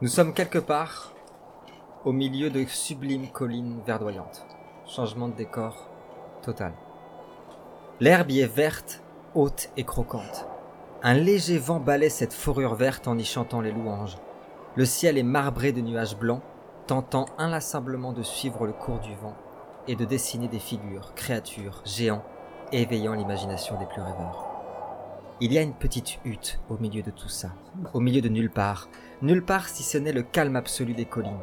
Nous sommes quelque part au milieu de sublimes collines verdoyantes. Changement de décor total. L'herbe y est verte, haute et croquante. Un léger vent balaie cette fourrure verte en y chantant les louanges. Le ciel est marbré de nuages blancs, tentant inlassablement de suivre le cours du vent et de dessiner des figures, créatures, géants, éveillant l'imagination des plus rêveurs. Il y a une petite hutte au milieu de tout ça, au milieu de nulle part, nulle part si ce n'est le calme absolu des collines.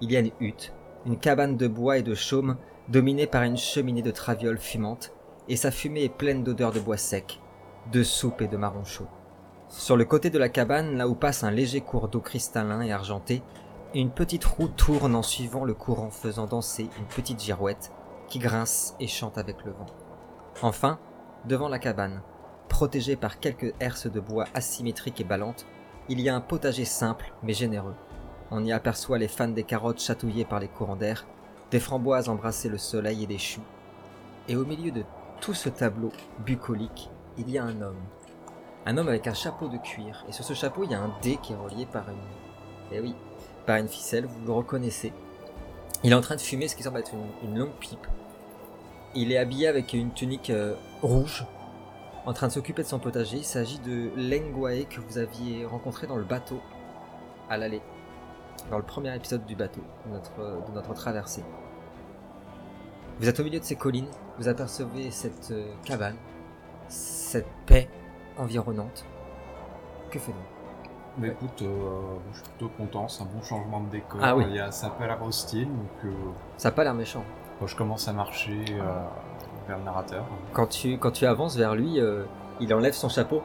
Il y a une hutte, une cabane de bois et de chaume, dominée par une cheminée de traviole fumante, et sa fumée est pleine d'odeurs de bois sec, de soupe et de marron chaud. Sur le côté de la cabane, là où passe un léger cours d'eau cristallin et argenté, une petite roue tourne en suivant le courant faisant danser une petite girouette qui grince et chante avec le vent. Enfin, devant la cabane, protégée par quelques herses de bois asymétriques et ballantes, il y a un potager simple mais généreux. On y aperçoit les fans des carottes chatouillées par les courants d'air, des framboises embrasser le soleil et des choux. Et au milieu de tout ce tableau bucolique, il y a un homme. Un homme avec un chapeau de cuir, et sur ce chapeau il y a un dé qui est relié par une. Eh oui, par une ficelle, vous le reconnaissez. Il est en train de fumer ce qui semble être une, une longue pipe. Il est habillé avec une tunique euh, rouge, en train de s'occuper de son potager. Il s'agit de Lenguae que vous aviez rencontré dans le bateau à l'allée, dans le premier épisode du bateau, de notre, de notre traversée. Vous êtes au milieu de ces collines, vous apercevez cette euh, cabane, cette paix environnante. Que faites-vous Mais écoute, euh, je suis plutôt content, c'est un bon changement de décor. Ah oui. Il y a, ça s'appelle Austin, donc euh, Ça n'a pas l'air méchant. quand je commence à marcher euh, vers le narrateur. Quand tu, quand tu avances vers lui, euh, il enlève son chapeau.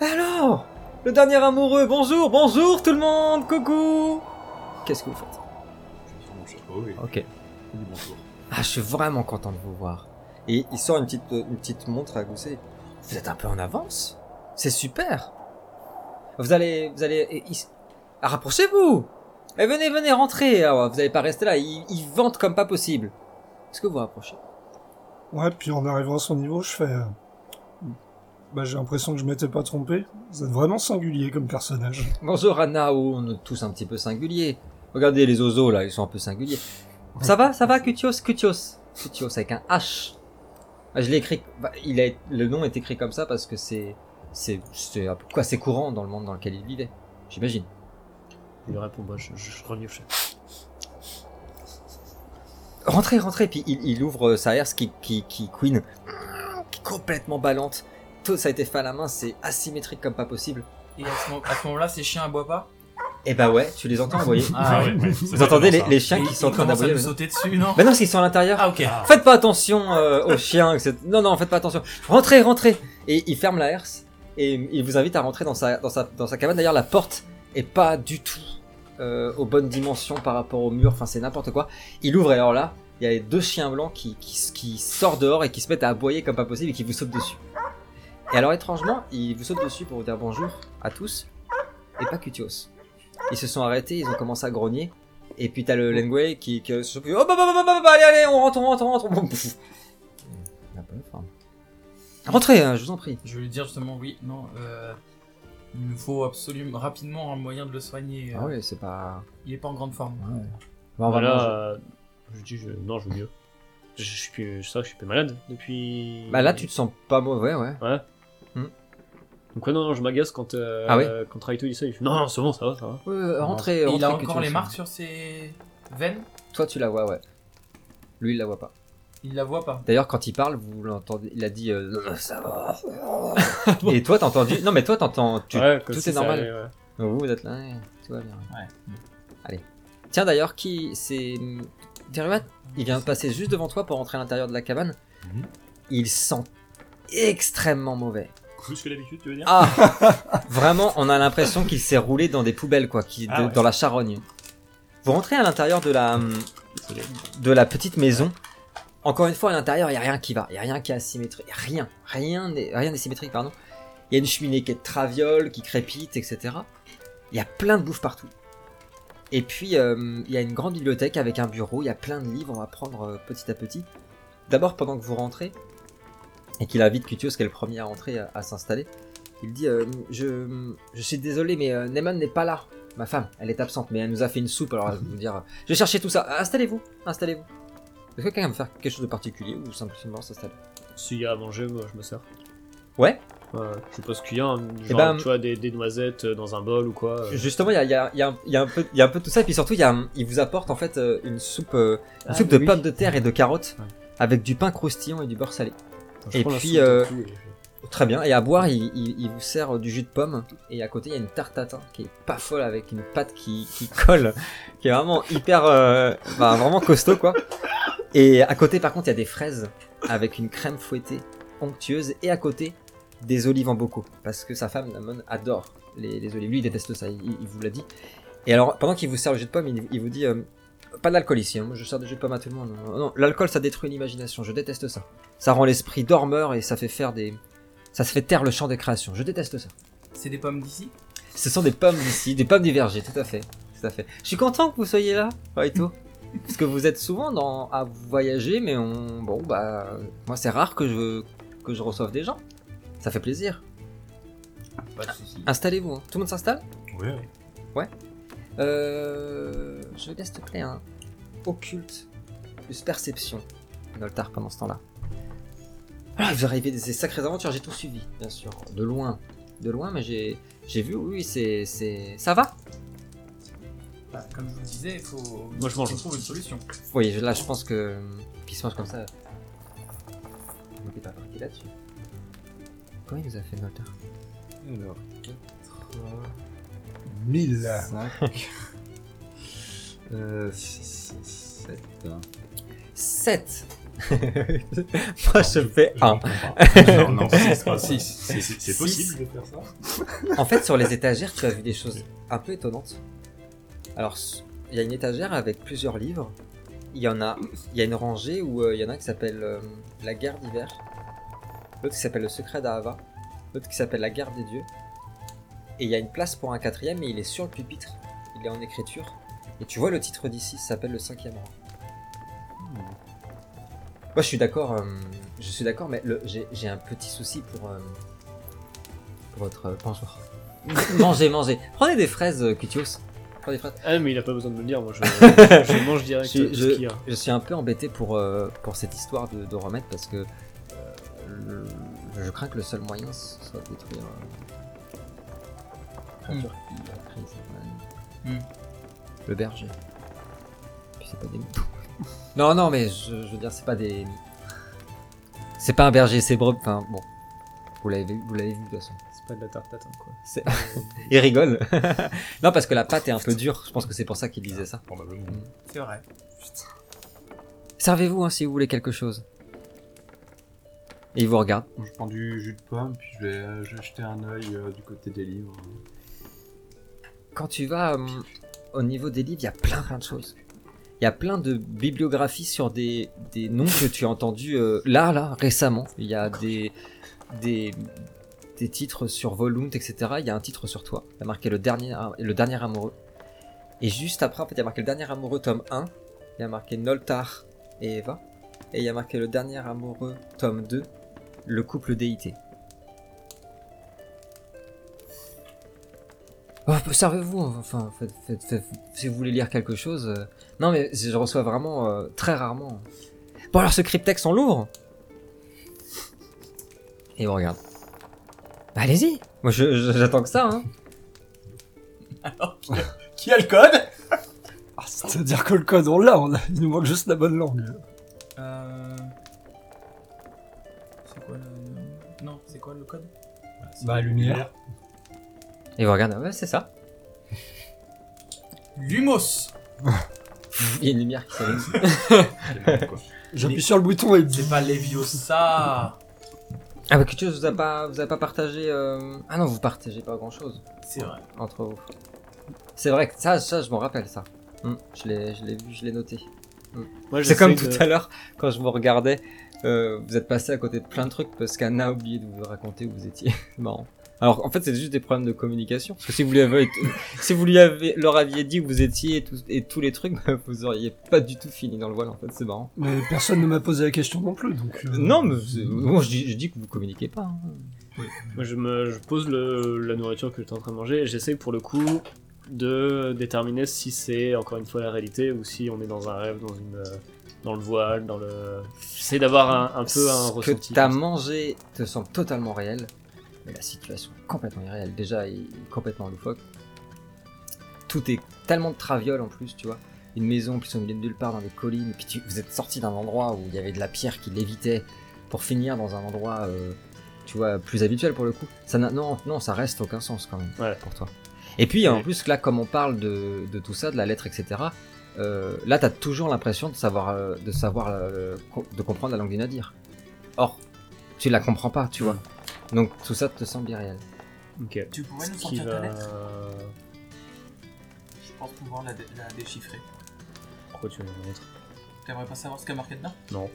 Alors Le dernier amoureux, bonjour, bonjour tout le monde, coucou Qu'est-ce que vous faites Je prends mon chapeau et Ok. je dis bonjour. Ah, je suis vraiment content de vous voir. Et il sort une petite, euh, une petite montre à gousser. Vous êtes un peu en avance C'est super Vous allez... Vous allez... et- il- Ah, rapprochez-vous Et venez, venez, rentrez Alors, Vous n'allez pas rester là, il, il vente comme pas possible. Est-ce que vous rapprochez Ouais, puis en arrivant à son niveau, je fais. euh, Bah, j'ai l'impression que je m'étais pas trompé. Vous êtes vraiment singulier comme personnage. Bonjour Anna, oh, on est tous un petit peu singuliers. Regardez les oiseaux là, ils sont un peu singuliers. Ça va, ça va, Cutios, Cutios. Cutios avec un H. Ah, Je l'ai écrit, bah, il a, le nom est écrit comme ça parce que c'est, c'est, c'est, à peu près assez courant dans le monde dans lequel il vivait. J'imagine. Il répond, bah, je, je, je relis au chef. Rentrez, rentrez, puis il, il ouvre euh, sa herse qui, qui, qui queen, qui est complètement ballante. Tout ça a été fait à la main, c'est asymétrique comme pas possible. Et à ce, mo- à ce moment-là, ces chiens aboient pas Et bah ouais, tu les entends aboyer. Ah ouais. Vous entendez les, les chiens Ils- qui sont en ils train commencent à d'aboyer. nous sauter dessus, non Bah non, parce qu'ils sont à l'intérieur. Ah ok. Faites pas attention euh, aux chiens, etc. Non, non, faites pas attention. Rentrez, rentrez Et il ferme la herse et il vous invite à rentrer dans sa, dans sa, dans sa cabane. D'ailleurs, la porte est pas du tout euh, aux bonnes dimensions par rapport au mur. Enfin, c'est n'importe quoi. Il ouvre et alors là, il y a les deux chiens blancs qui, qui, qui sortent dehors et qui se mettent à aboyer comme pas possible et qui vous sautent dessus. Et alors, étrangement, ils vous sautent dessus pour vous dire bonjour à tous et pas Cutios. Ils se sont arrêtés, ils ont commencé à grogner. Et puis t'as Oh. le Lengue qui, qui se fait Oh bah bah bah bah bah, bah, allez allez on rentre on rentre on rentre Bon, pff. La bonne forme. Rentrez hein, je vous en prie. Je vais lui dire justement oui, non. Euh, il nous faut absolument rapidement un moyen de le soigner. euh, Ah ouais c'est pas. Il est pas en grande forme. Bon, on va manger. Voilà, je... dis, je- non, je veux mieux. Je, je suis plus, je sais que je suis plus malade depuis. Bah là tu te sens pas mauvais ouais. Ouais. Hmm. Donc, ouais, non, non, je m'agace quand, euh, Ah oui quand Raito dit ça. Il fait, non, non, c'est bon, ça va, ça va. Ouais, ouais, rentrez, Et rentrez il a que tu encore le les sens. marques sur ses veines Toi tu la vois ouais. Lui il la voit pas. Il la voit pas. D'ailleurs quand il parle vous l'entendez il a dit euh, ça va. Et toi t'as entendu non mais toi t'entends tu Ouais, comme tout si est ça normal. allait, ouais. Vous, vous êtes là, ouais, tout va bien. Ouais. Allez. Tiens d'ailleurs, qui c'est Teruat Il vient de passer juste devant toi pour entrer à l'intérieur de la cabane. Mhm. Il sent extrêmement mauvais. Plus que d'habitude, tu veux dire Ah Vraiment, on a l'impression qu'il s'est roulé dans des poubelles, quoi, qui, de- Ah ouais. dans la charogne. Vous rentrez à l'intérieur de la, hum, de la petite maison. Encore une fois, à l'intérieur, il n'y a rien qui va. Il n'y a rien qui est asymétrique. Rien. Rien n'est rien n'est symétrique, pardon. Il y a une cheminée qui est de traviole, qui crépite, etc. Il y a plein de bouffe partout. Et puis, euh, il y a une grande bibliothèque avec un bureau. Il y a plein de livres à prendre euh, petit à petit. D'abord, pendant que vous rentrez, et qu'il invite Cutios, qui est le premier à rentrer, à- à s'installer, il dit euh, je, je suis désolé, mais euh, Neyman n'est pas là. Ma femme, elle est absente, mais elle nous a fait une soupe, alors elle va vous dire. euh, Je vais chercher tout ça. Installez-vous, installez-vous. Est-ce que quelqu'un veut faire quelque chose de particulier ou simplement s'installer S'il y a à manger, moi je me sers. Ouais. Ouais, je suppose qu'il y a un- genre, ben, tu vois, des, des noisettes euh, dans un bol ou quoi. euh. Justement, il y a, il y a- il y a un- il y a un peu, il y a un peu tout ça, et puis surtout, il y a un- il vous apporte en fait euh, une soupe, euh, une Ah, soupe de mais oui. pommes de terre et de carottes Ouais. avec du pain croustillant et du beurre salé. Je et prends la puis, soupe et euh, tout, et- Très bien. Et à boire, il, il- il vous sert du jus de pomme. Et à côté, il y a une tarte tatin qui est pas folle avec une pâte qui, qui colle, qui est vraiment hyper, euh, enfin, vraiment costaud quoi. Et à côté, par contre, il y a des fraises avec une crème fouettée onctueuse et à côté des olives en bocaux parce que sa femme Namon adore les, les olives. Lui, il déteste ça. Il, il vous l'a dit. Et alors, pendant qu'il vous sert le jus de pomme, il, il vous dit euh, pas d'alcool ici. hein. Moi, je sers des jus de pomme à tout le monde. Non, non, l'alcool, ça détruit l'imagination. Je déteste ça. Ça rend l'esprit dormeur et ça fait faire des ça se fait taire le champ des créations. Je déteste ça. C'est des pommes d'ici Ce sont des pommes d'ici, des pommes des vergers, tout à fait. Tout à fait. Je suis content que vous soyez là, pas et tout. Parce que vous êtes souvent dans, à voyager, mais on, bon, bah, moi c'est rare que je, que je reçoive des gens. Ça fait plaisir. Pas de soucis. Installez-vous. hein. Tout le monde s'installe Ouais. Euh, je laisse te plaît un occulte plus perception. Noltar pendant ce temps-là. Ah, vous arrivez des ces sacrées aventures, j'ai tout suivi, bien sûr, de loin, de loin, mais j'ai, j'ai vu, oui, c'est, c'est, ça va. Bah, comme je vous disais, il faut Moi, je mange. faut trouver une solution. Oui, je- là, je pense que qu'il se mange comme ça. On n'était pas parti là-dessus. Comment il nous a fait Noltar Alors, 1000. 5. euh, 6, 7. 7 Moi, je Ah. fais 1. Non, non, 6, pas 6. Six. C'est possible de faire ça En fait, sur les étagères, tu as vu des choses un peu étonnantes. Alors, s- il y a une étagère avec plusieurs livres. Il y en a, il y a une rangée où euh, il y en a un qui s'appelle euh, La guerre d'hiver, l'autre qui s'appelle Le secret d'Ahava, l'autre qui s'appelle La guerre des dieux. Et il y a une place pour un quatrième, et il est sur le pupitre. Il est en écriture. Et tu vois le titre d'ici, ça s'appelle Le cinquième rang. Moi, je suis d'accord. euh, je suis d'accord, mais le- j'ai j'ai un petit souci pour, euh, pour votre euh, penchoir. mangez, mangez. Prenez des fraises, euh, Cutios. Prenez des fraises. Ah, mais il a pas besoin de me le dire, moi je, je mange direct Je- euh, tout ce je- qu'il y a. Je suis un peu embêté pour, euh, pour cette histoire de, de remède parce que euh, le- je crains que le seul moyen ce soit de détruire euh, la Hmm. créature qui a créé cette maladie. Mm. Le berger. Puis c'est pas des moutons. non, non, mais je, je veux dire, c'est pas des. C'est pas un berger, c'est breb. Enfin, bon. Vous l'avez vu, vous l'avez vu de toute façon. C'est pas de la tarte tatin quoi. C'est- Euh, Il rigole. non, parce que la pâte est un peu dure. Je pense que c'est pour ça qu'il disait ça. Probablement. C'est vrai. Servez-vous hein, si vous voulez quelque chose. Et il vous regarde. Je prends du jus de pomme, puis je vais, euh, je vais jeter un œil euh, du côté des livres. Quand tu vas euh, au niveau des livres, il y a plein plein de choses. Il y a plein de bibliographies sur des, des noms que tu as entendus euh, là, là, récemment. Il y a des, des, des titres sur Volunt, etc. Il y a un titre sur toi. Il y a marqué le dernier, hein, le dernier amoureux. Et juste après, en fait, il y a marqué le dernier amoureux, tome 1. Il y a marqué Noltar et Eva. Et il y a marqué le dernier amoureux, tome 2, le couple déité. Oh, servez-vous, enfin, faites- faites- faites- si vous voulez lire quelque chose. euh. Non, mais je reçois vraiment euh, très rarement. Bon, alors ce cryptex, on l'ouvre Et on regarde. Bah, allez-y Moi, je- je- j'attends que ça, hein. Qui a le code Ah, C'est-à-dire que le code, on l'a, on a- il nous manque juste la bonne langue. Euh. C'est quoi le. Non, c'est quoi le code Bah, lumière. Et on regarde, Ah ouais, c'est ça. Lumos Il y a une lumière qui s'allume. J'appuie sur le bouton et C'est pas Leviosa Ah, bah, Culture, vous a pas, vous a pas partagé. euh, Ah non, vous partagez pas grand-chose C'est vrai. entre vous. C'est vrai que ça, ça, je m'en rappelle, ça. Hum, je l'ai je l'ai vu, je l'ai noté. Moi, C'est comme tout j'essaie de- à l'heure, quand je vous regardais, euh, vous êtes passé à côté de plein de trucs parce qu'Anna a oublié de vous raconter où vous étiez. C'est marrant. Alors en fait, c'est juste des problèmes de communication. Parce que si vous, lui avez, si vous lui avez, leur aviez dit où vous étiez et, tous- et tous les trucs, bah, vous auriez pas du tout fini dans le voile en fait, c'est marrant. Mais personne ne m'a posé la question non plus, donc... euh, Non, mais c'est- moi je dis, je dis que vous communiquez pas. hein. Moi, je, me, je pose le- la nourriture que j'étais en train de manger et j'essaie pour le coup de déterminer si c'est encore une fois la réalité ou si on est dans un rêve, dans une, euh, dans le voile, dans le. C'est d'avoir un, un peu un Ce ressenti. que t'as mangé te semble totalement réel, mais la situation est complètement irréelle. Déjà, il est complètement loufoque. Tout est tellement de traviole en plus, tu vois. Une maison, puis au milieu de nulle part dans des collines, puis tu- vous êtes sorti d'un endroit où il y avait de la pierre qui lévitait pour finir dans un endroit, euh, tu vois, plus habituel pour le coup. Ça n'a- non, non, ça reste aucun sens quand même Ouais. pour toi. Et puis en Oui. plus, là, comme on parle de, de tout ça, de la lettre, etc., euh, là, t'as toujours l'impression de savoir, euh, de savoir, euh, co- de comprendre la langue du nadir. Or, tu la comprends pas, tu vois. Donc tout ça te semble irréel. Ok. Tu pourrais Ce nous qui sortir ta va. lettre Je pense pouvoir la, dé- la déchiffrer. Pourquoi tu veux la mettre T'aimerais pas savoir ce qu'il y a marqué dedans Non.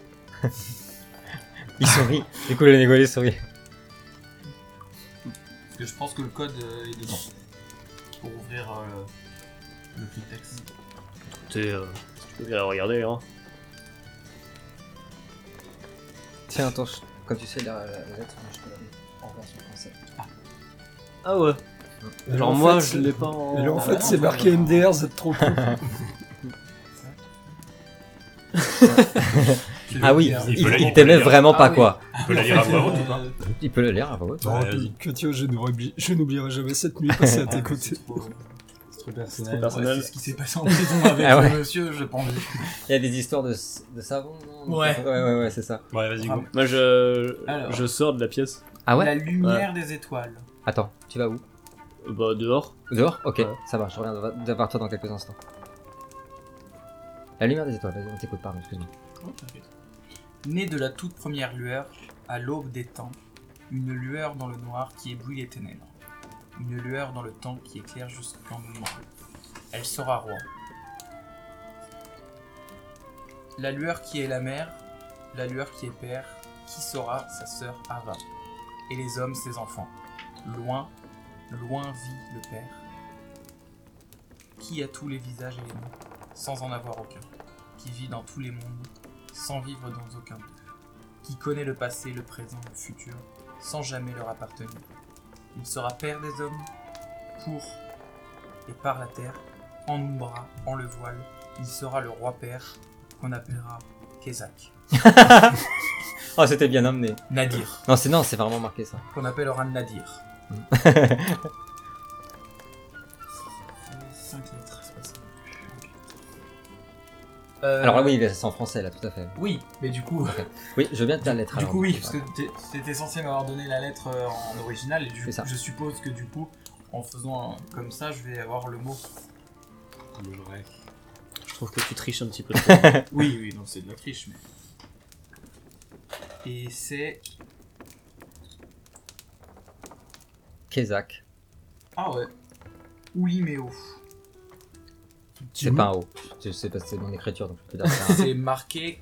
Il sourit. du coup, le négolé sourit. Parce que je pense que le code euh, est dedans. Pour ouvrir euh, le flux de texte. Écoutez, euh, tu peux aller regarder, hein. Tiens, attends, je- comme tu sais, la, la- la lettre, je te la mets en version française. Ah ouais. Et Genre en moi, fait, je l'ai pas en. Et en Ah fait, bah non, c'est non, marqué non. MDR, vous êtes trop con. Ah oui, Il il, peut la- il il peut t'aimait la- vraiment Ah pas, oui. quoi. Tu peux la lire à voix haute ou pas Il peut le lire ah à voix haute. Non, Ouais, vas-y. Katio, je n'oublie- je n'oublierai jamais cette nuit passée à tes côtés. C'est trop personnel. Trop personnel. Ouais, c'est ce qui s'est passé en prison avec Ah ouais. le monsieur, je pense. Il y a des histoires de, s- de savon, non Ouais. Ouais, ouais, ouais, c'est ça. Ouais, vas-y, go. Moi, je. Alors. Je sors de la pièce. Ah ouais La lumière des étoiles. Attends, tu vas où Euh, Bah, dehors. Dehors Ok, Ouais. ça marche, je reviens vers- vers toi dans quelques instants. La lumière des étoiles, vas-y, on t'écoute, pardon, excuse-moi. Née de la toute première lueur, à l'aube des temps, une lueur dans le noir qui éblouit les ténèbres, une lueur dans le temps qui éclaire jusqu'en mort. Elle sera roi. La lueur qui est la mère, la lueur qui est père, qui sera sa sœur Ava, et les hommes ses enfants. Loin, loin vit le père, qui a tous les visages et les noms, sans en avoir aucun, qui vit dans tous les mondes, sans vivre dans aucun d'eux, qui connaît le passé, le présent, le futur, sans jamais leur appartenir. Il sera père des hommes, pour et par la terre, en Umbra, en le voile, il sera le roi père, qu'on appellera Kézak, Oh, c'était bien emmené. Nadir, Non, c'est non, c'est vraiment marqué ça. qu'on appellera Nadir. Cinq lettres, c'est pas ça. Euh, Alors, oui, c'est en français là, tout à fait. Oui, mais du coup, Oui, je veux bien te la lettre. Du alors. coup, oui, parce que t'es- t'étais censé m'avoir donné la lettre euh, en original, et du, C'est ça. je suppose que du coup, en faisant un- comme ça, je vais avoir le mot. Ah, Le vrai. Je trouve que tu triches un petit peu trop. Oui, oui, non, c'est de la triche, mais. Et c'est. Kézak, Ah ouais. Ouliméo. c'est pas un O. Je sais pas, c'est mon écriture, donc je peux dire que c'est un O. C'est marqué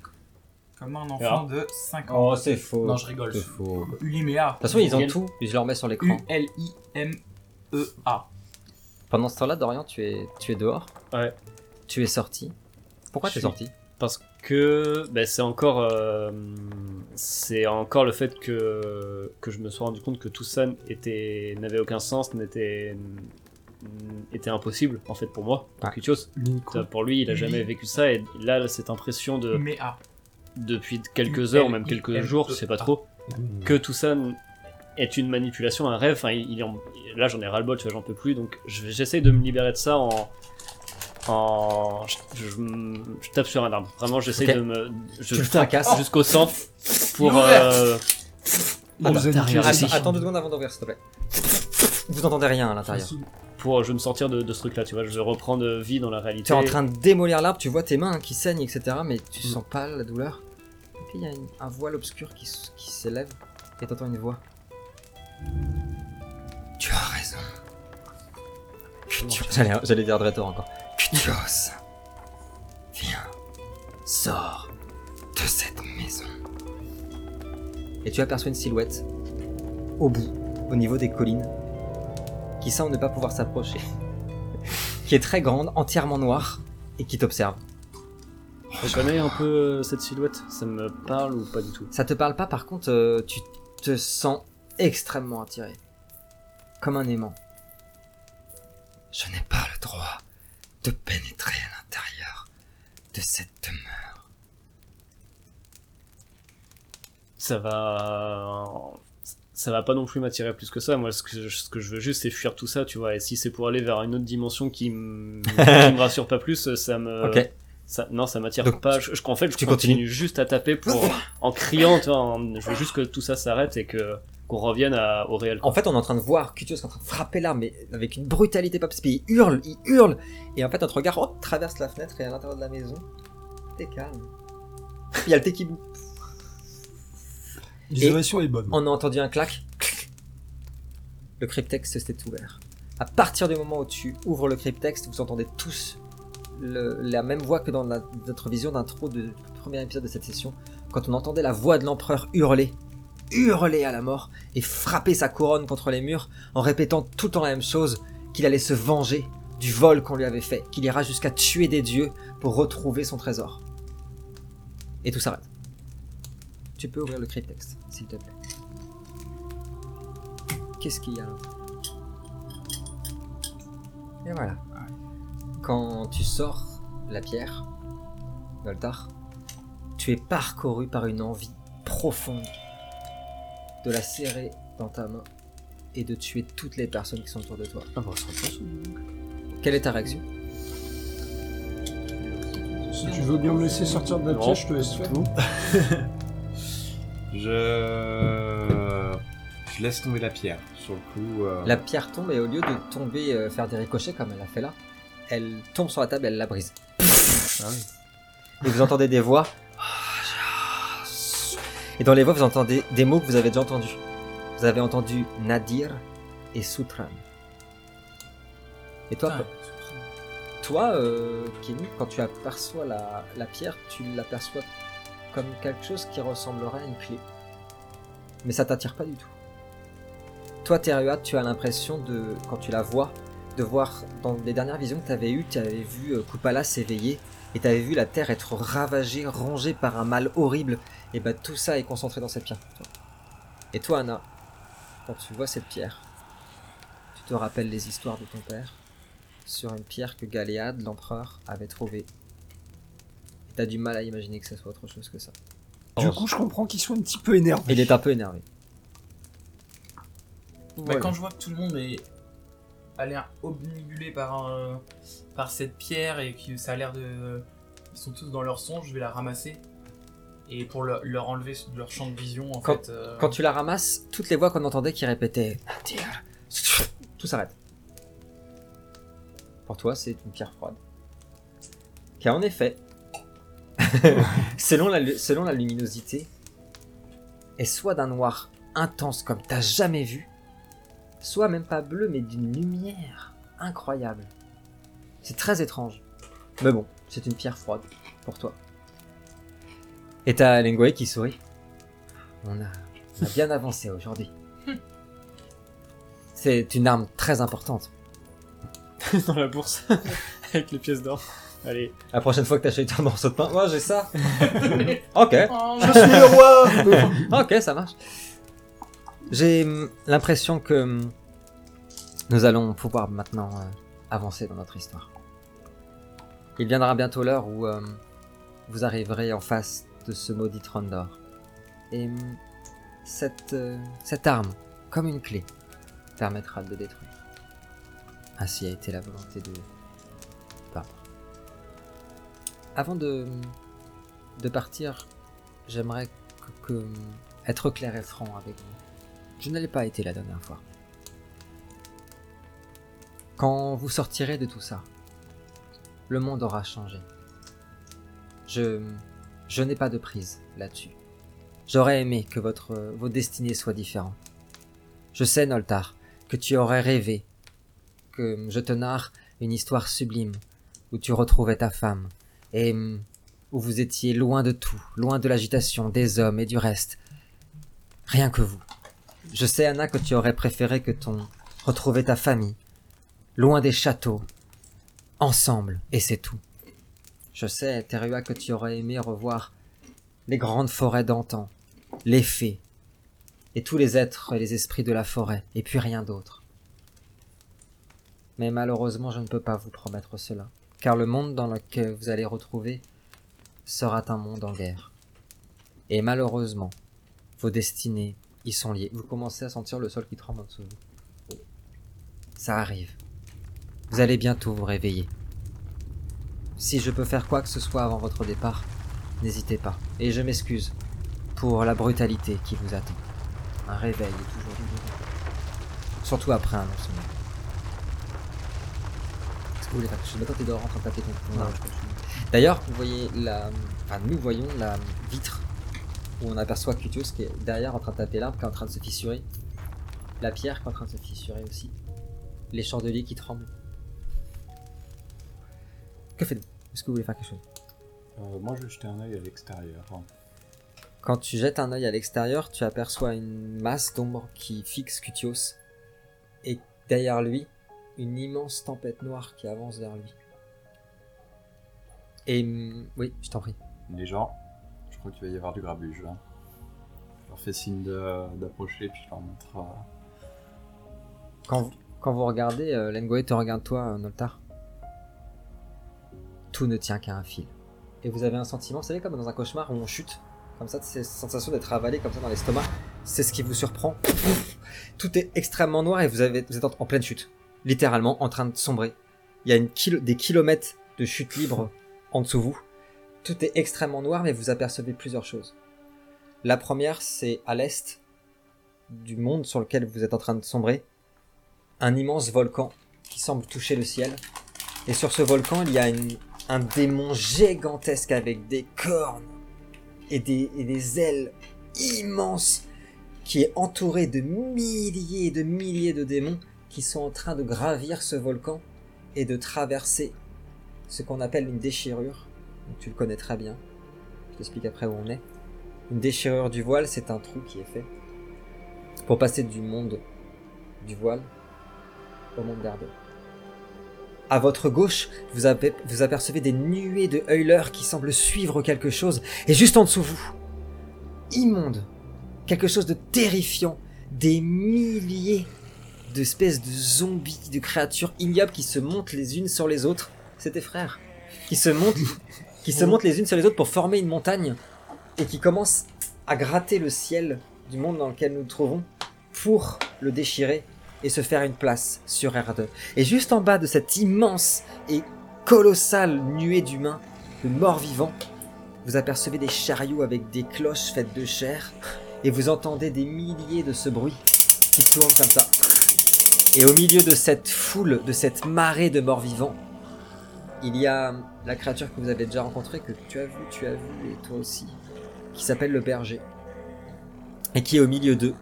comme un enfant de 5 ans. Oh, c'est faux. Non, je rigole. C'est faux. De toute Uliméa. De façon, ils ont tout, et je leur mets sur l'écran. U-L-I-M-E-A. Pendant ce temps-là, Dorian, tu es, tu es dehors. Ouais. Tu es sorti. Pourquoi Je t'es suis- sorti Parce que ben, c'est encore, euh, c'est encore le fait que, que je me sois rendu compte que tout ça était- n'avait aucun sens, n'était était impossible en fait pour moi, pour Ouais. Kutios. Ça, Pour lui, il a Lui. jamais vécu ça et là, cette impression Euh. de Uméa. depuis quelques heures, ou même quelques ULIMEA. jours, je sais pas trop, Mmh. que tout ça n- est une manipulation, un rêve. Enfin, il, il en- là, j'en ai ras-le-bol, tu vois, j'en peux plus. Donc, je- j'essaye de me libérer de ça en. en je, je- je tape sur un arbre. Vraiment, j'essaye Ok. de me. Je Tu le Oh. fracasses. tape jusqu'au sang pour. L'ouvert. euh, On vous a t'as niqué rien aussi. dit. Attends, attends deux secondes avant d'ouvrir, s'il te plaît. Vous n'entendez rien à l'intérieur. pour je me sortir de, de ce truc-là, tu vois. Je reprends de vie dans la réalité. Tu es en train de démolir l'arbre, tu vois tes mains qui saignent, etc. Mais tu sens pas la douleur. Et puis il y a une- un voile obscur qui, s- qui s'élève et t'entends une voix. Tu as raison. Cutios- J'allais, j'allais dire Dretor encore. Cutios, viens, sors de cette maison. Et tu aperçois une silhouette au bout, au niveau des collines, qui semble ne pas pouvoir s'approcher qui est très grande, entièrement noire, et qui t'observe. Je reconnais un peu euh, cette silhouette. Ça me parle ou pas du tout Ça te parle pas, par contre, euh, tu te sens extrêmement attiré. Comme un aimant. Je n'ai pas le droit de pénétrer à l'intérieur de cette demeure. ça va ça va pas non plus m'attirer plus que ça moi ce que, je- ce que je veux juste c'est fuir tout ça tu vois et si c'est pour aller vers une autre dimension qui me, qui me rassure pas plus ça me Ok. ça, non ça m'attire Donc, pas je, je- en fait je tu continue, continues. juste à taper pour en criant tu vois, en- je veux juste que tout ça s'arrête et que qu'on revienne à- au réel quoi. En fait, on est en train de voir Cutius qui est en train de frapper l'arme, mais avec une brutalité pas possible. Il hurle, il hurle. Et en fait, notre regard hop, traverse la fenêtre et à l'intérieur de la maison, t'es calme. Il y a le thé qui bout. L'isolation est bonne. On a entendu un clac. Le cryptex s'est ouvert. À partir du moment où tu ouvres le cryptex, vous entendez tous le- la même voix que dans la- notre vision d'intro de- du premier épisode de cette session, quand on entendait la voix de l'empereur hurler, hurler à la mort et frapper sa couronne contre les murs en répétant tout le temps la même chose, qu'il allait se venger du vol qu'on lui avait fait, qu'il ira jusqu'à tuer des dieux pour retrouver son trésor. Et tout s'arrête. Tu peux ouvrir le cryptex, s'il te plaît. Qu'est-ce qu'il y a là Et voilà. Quand tu sors la pierre d'Oltar, tu es parcouru par une envie profonde de la serrer dans ta main et de tuer toutes les personnes qui sont autour de toi. Ah, bon, on se repose. Quelle est ta réaction Si tu veux bien me laisser sortir de la Non. pièce, je te laisse faire. Je... Je laisse tomber la pierre. Sur le coup... euh, La pierre tombe et au lieu de tomber, euh, faire des ricochets comme elle a fait là, elle tombe sur la table et elle la brise. ah oui. Et vous entendez des voix. Et dans les voix, vous entendez des mots que vous avez déjà entendus. Vous avez entendu Nadir et Sutram. Et toi, Putain, toi euh, Kenny, quand tu aperçois la, la pierre, tu l'aperçois comme quelque chose qui ressemblerait à une clé. Mais ça t'attire pas du tout. Toi, Terua, tu as l'impression de, quand tu la vois, de voir dans les dernières visions que tu avais eues, tu avais vu euh, Kupala s'éveiller et tu avais vu la terre être ravagée, rongée par un mal horrible. Et bah tout ça est concentré dans cette pierre. Et toi, Anna, quand tu vois cette pierre, tu te rappelles les histoires de ton père sur une pierre que Galéade, l'empereur, avait trouvée. Et T'as du mal à imaginer que ça soit autre chose que ça. Du coup, je comprends qu'il soit un petit peu énervé. Il est un peu énervé. Bah, Voilà. quand je vois que tout le monde est a l'air obnubulé par un- par cette pierre et que ça a l'air de ils sont tous dans leur songe, je vais la ramasser et pour le- leur enlever de leur champ de vision en Quand- fait. euh, Quand tu la ramasses, toutes les voix qu'on entendait qui répétaient Nadir, tout s'arrête. Pour toi, c'est une pierre froide. Qui a en effet, selon, la, lu- selon la luminosité, est soit d'un noir intense comme t'as jamais vu, soit même pas bleu, mais d'une lumière incroyable. C'est très étrange. Mais bon, c'est une pierre froide pour toi. Et t'as Lengwei qui sourit. On a on a bien avancé aujourd'hui. C'est une arme très importante. dans la bourse avec les pièces d'or allez La prochaine fois que t'achètes un morceau de pain, moi j'ai ça. ok, Oh, Je suis le roi ok, ça marche. J'ai hum, l'impression que hum, nous allons pouvoir maintenant euh, avancer dans notre histoire. Il viendra bientôt l'heure où euh, vous arriverez en face de ce maudit trône d'or. Et hum, cette, euh, cette arme, comme une clé, permettra de le détruire. Ainsi a été la volonté de Pardon. Avant de, de partir, j'aimerais que, que- être clair et franc avec vous. Je ne l'ai pas été la dernière fois. Quand vous sortirez de tout ça, le monde aura changé. Je, je n'ai pas de prise là-dessus. J'aurais aimé que votre, vos destinées soient différentes. Je sais, Noltar, que tu aurais rêvé que je te narre une histoire sublime où tu retrouvais ta femme et hum, où vous étiez loin de tout, loin de l'agitation des hommes et du reste. Rien que vous. Je sais, Anna, que tu aurais préféré que ton retrouver ta famille, loin des châteaux, ensemble, et c'est tout. Je sais, Terua, que tu aurais aimé revoir les grandes forêts d'antan, les fées, et tous les êtres et les esprits de la forêt, et puis rien d'autre. Mais malheureusement, je ne peux pas vous promettre cela. Car le monde dans lequel vous allez retrouver sera un monde en guerre. Et malheureusement, vos destinées y sont liées. Vous commencez à sentir le sol qui tremble en dessous de vous. Ça arrive. Vous allez bientôt vous réveiller. Si je peux faire quoi que ce soit avant votre départ, n'hésitez pas. Et je m'excuse pour la brutalité qui vous attend. Un réveil est toujours douloureux. Surtout après un long sommeil. Est-ce que vous voulez faire quelque chose Maintenant, t'es dehors en train de taper ton- ton arbre. D'ailleurs, vous voyez la. Enfin, nous voyons la vitre où on aperçoit Cutius qui est derrière en train de taper l'arbre, qui est en train de se fissurer. La pierre qui est en train de se fissurer aussi. Les chandeliers qui tremblent. Que faites-vous Est-ce que vous voulez faire quelque chose Euh, moi, je vais jeter un œil à l'extérieur. Quand tu jettes un œil à l'extérieur, tu aperçois une masse d'ombre qui fixe Cutios. Et derrière lui, une immense tempête noire qui avance vers lui. Et hum, oui, je t'en prie. Les gens, je crois qu'il va y avoir du grabuge. hein. Je leur fais signe de- d'approcher, puis je leur montre. euh, Quand vous, quand vous regardez, euh, Lengoé te regarde toi, euh, Noltar. Tout ne tient qu'à un fil. Et vous avez un sentiment, vous savez, comme dans un cauchemar où on chute, comme ça, cette sensation d'être avalé comme ça dans l'estomac, c'est ce qui vous surprend. Tout est extrêmement noir et vous, avez, vous êtes en, en pleine chute. Littéralement, en train de sombrer. Il y a une kilo- des kilomètres de chute libre en dessous de vous. Tout est extrêmement noir, mais vous apercevez plusieurs choses. La première, c'est à l'est du monde sur lequel vous êtes en train de sombrer, un immense volcan qui semble toucher le ciel. Et sur ce volcan, il y a une- un démon gigantesque avec des cornes et des, et des ailes immenses qui est entouré de milliers et de milliers de démons qui sont en train de gravir ce volcan et de traverser ce qu'on appelle une déchirure. Donc, tu le connais très bien. Je t'explique après où on est. Une déchirure du voile, c'est un trou qui est fait pour passer du monde du voile au monde d'Ardo. À votre gauche, vous, avez- vous apercevez des nuées de Hurlers qui semblent suivre quelque chose, et juste en dessous vous, immonde, quelque chose de terrifiant, des milliers d'espèces de zombies, de créatures ignobles qui se montent les unes sur les autres. C'est tes frères qui se montent, qui se montent les unes sur les autres pour former une montagne et qui commencent à gratter le ciel du monde dans lequel nous nous trouvons pour le déchirer et se faire une place sur R2. Et juste en bas de cette immense et colossale nuée d'humains, de morts vivants, vous apercevez des chariots avec des cloches faites de chair, et vous entendez des milliers de ce bruit qui tourne comme ça. Et au milieu de cette foule, de cette marée de morts vivants, il y a la créature que vous avez déjà rencontrée, que tu as vue, tu as vue, et toi aussi, qui s'appelle le berger, et qui est au milieu d'eux,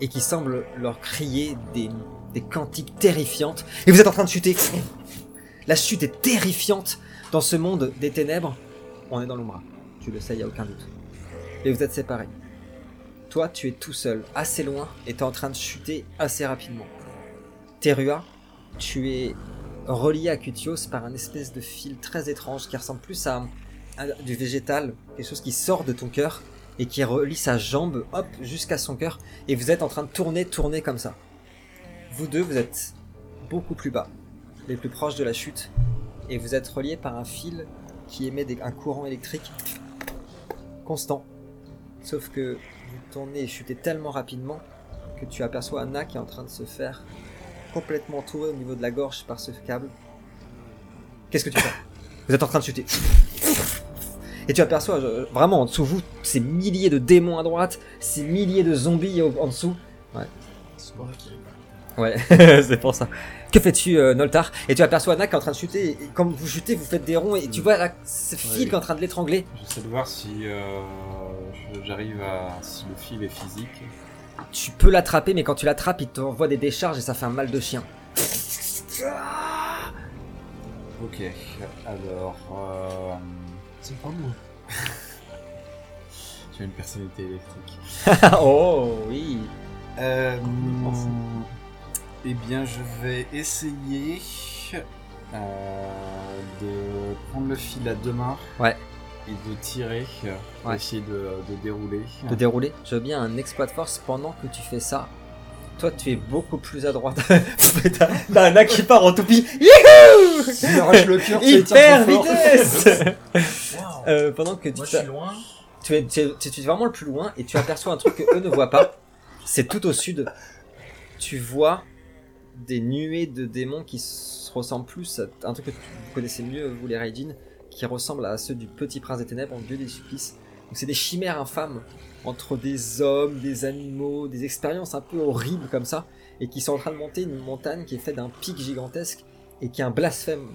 et qui semble leur crier des, des cantiques terrifiantes. Et vous êtes en train de chuter. La chute est terrifiante dans ce monde des ténèbres. On est dans l'Ombra, tu le sais, il a aucun doute. Et vous êtes séparés. Toi, tu es tout seul, assez loin, et tu es en train de chuter assez rapidement. Terua, tu es relié à Cutios par un espèce de fil très étrange qui ressemble plus à, à du végétal, quelque chose qui sort de ton cœur et qui relie sa jambe, hop, jusqu'à son cœur, et vous êtes en train de tourner, tourner comme ça. Vous deux, vous êtes beaucoup plus bas, les plus proches de la chute, et vous êtes reliés par un fil qui émet des- un courant électrique constant. Sauf que vous tournez et chutez tellement rapidement que tu aperçois Anna qui est en train de se faire complètement tourer au niveau de la gorge par ce câble. Qu'est-ce que tu fais Vous êtes en train de chuter. Et tu aperçois euh, vraiment en dessous de vous ces milliers de démons à droite, ces milliers de zombies au- en dessous. Ouais, c'est pour ça. Que fais-tu, euh, Noltar Et tu aperçois Anna qui est en train de chuter. Et, et quand vous chutez, vous faites des ronds et tu vois là, ce fil Ouais. qui est en train de l'étrangler. J'essaie de voir si euh, je- j'arrive à. si le fil est physique. Tu peux l'attraper, mais quand tu l'attrapes, il t'envoie des décharges et ça fait un mal de chien. Ok, alors. euh, C'est pas moi. J'ai une personnalité électrique. oh oui Euh, eh bien, je vais essayer euh, de prendre le fil à deux mains. Ouais. Et de tirer. euh, Ouais. Essayer de, de dérouler. De dérouler. Je veux bien un exploit de force pendant que tu fais ça. Toi, tu es beaucoup plus à droite. T'as t'as un nain qui part en toupie. Il arrache le cœur, tu Hyper fort. vitesse Waouh Euh, Pendant que tu, Moi, je suis loin. tu, es, tu, es, tu es vraiment le plus loin et tu aperçois un truc que eux ne voient pas. C'est tout au sud. Tu vois des nuées de démons qui se ressemblent plus à un truc que vous connaissez mieux, vous les Raidin, qui ressemblent à ceux du Petit Prince des Ténèbres en Dieu des Supplices. Donc c'est des chimères infâmes entre des hommes, des animaux, des expériences un peu horribles comme ça, et qui sont en train de monter une montagne qui est faite d'un pic gigantesque et qui est un blasphème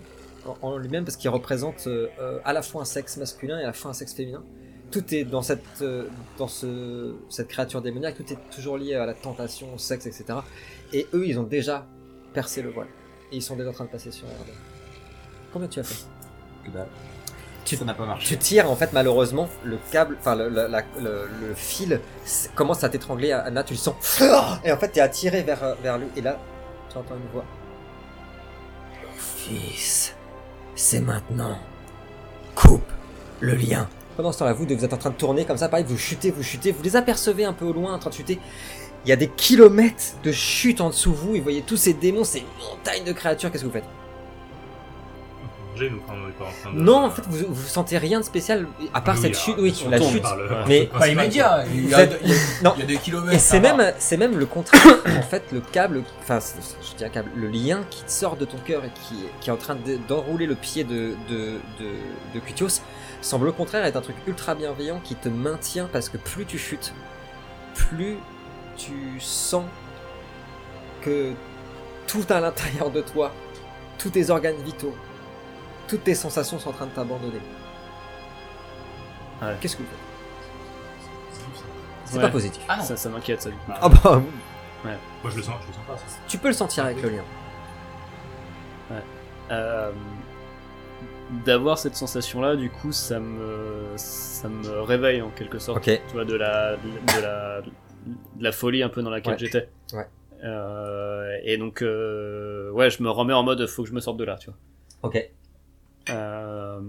en- en lui-même parce qu'il représente euh, euh, à la fois un sexe masculin et à la fois un sexe féminin tout est dans cette euh, dans ce cette créature démoniaque, tout est toujours lié à la tentation, au sexe, etc. Et eux, ils ont déjà percé le voile et ils sont déjà en train de passer sur. la barrière. Combien tu as fait Que dalle. Tu- Ça n'a pas marché. Tu tires en fait malheureusement le câble, enfin le, la- la- le- le fil s- commence à t'étrangler. Anna, tu le sens. Et en fait, t'es attiré vers euh, vers lui. Et là, tu entends une voix. Mon fils, c'est maintenant. Coupe le lien. Pendant ce temps-là, vous deux, vous êtes en train de tourner comme ça, pareil, vous chutez, vous chutez, vous les apercevez un peu au loin en train de chuter. Il y a des kilomètres de chutes en dessous de vous, et vous voyez tous ces démons, ces montagnes de créatures, qu'est-ce que vous faites Euh, J'ai nous quand on est pas en train de. Ah Non, en fait, vous, vous sentez rien de spécial, à part Oui, cette ah, chute, oui, on la tombe chute. par le- Ouais. Mais- Pas immédiat. Il y a, Vous êtes- il y a- Non. il y a des kilomètres. Et c'est ça va. même, c'est même le contraire. en fait, le câble, enfin, c'est- c'est- je dis un câble, le lien qui te sort de ton cœur et qui, qui est en train de- d'enrouler le pied de, de, de, de Cutios, semble au contraire être un truc ultra bienveillant qui te maintient parce que plus tu chutes, plus tu sens que tout à l'intérieur de toi, tous tes organes vitaux, toutes tes sensations sont en train de t'abandonner. Ouais. Qu'est-ce que vous faites C'est Ouais. pas positif. Ah non. Ça, ça m'inquiète, ça. du coup. Ah bah, Moi je le sens, je le sens pas. ça. tu peux le sentir avec le lien. Euh, D'avoir cette sensation-là, du coup, ça me, ça me réveille en quelque sorte. Ok. tu vois, de la, de la, de la folie un peu dans laquelle Ouais. j'étais. Ouais. Euh, et donc, euh, ouais, je me remets en mode, faut que je me sorte de là, tu vois. Ok. Euh,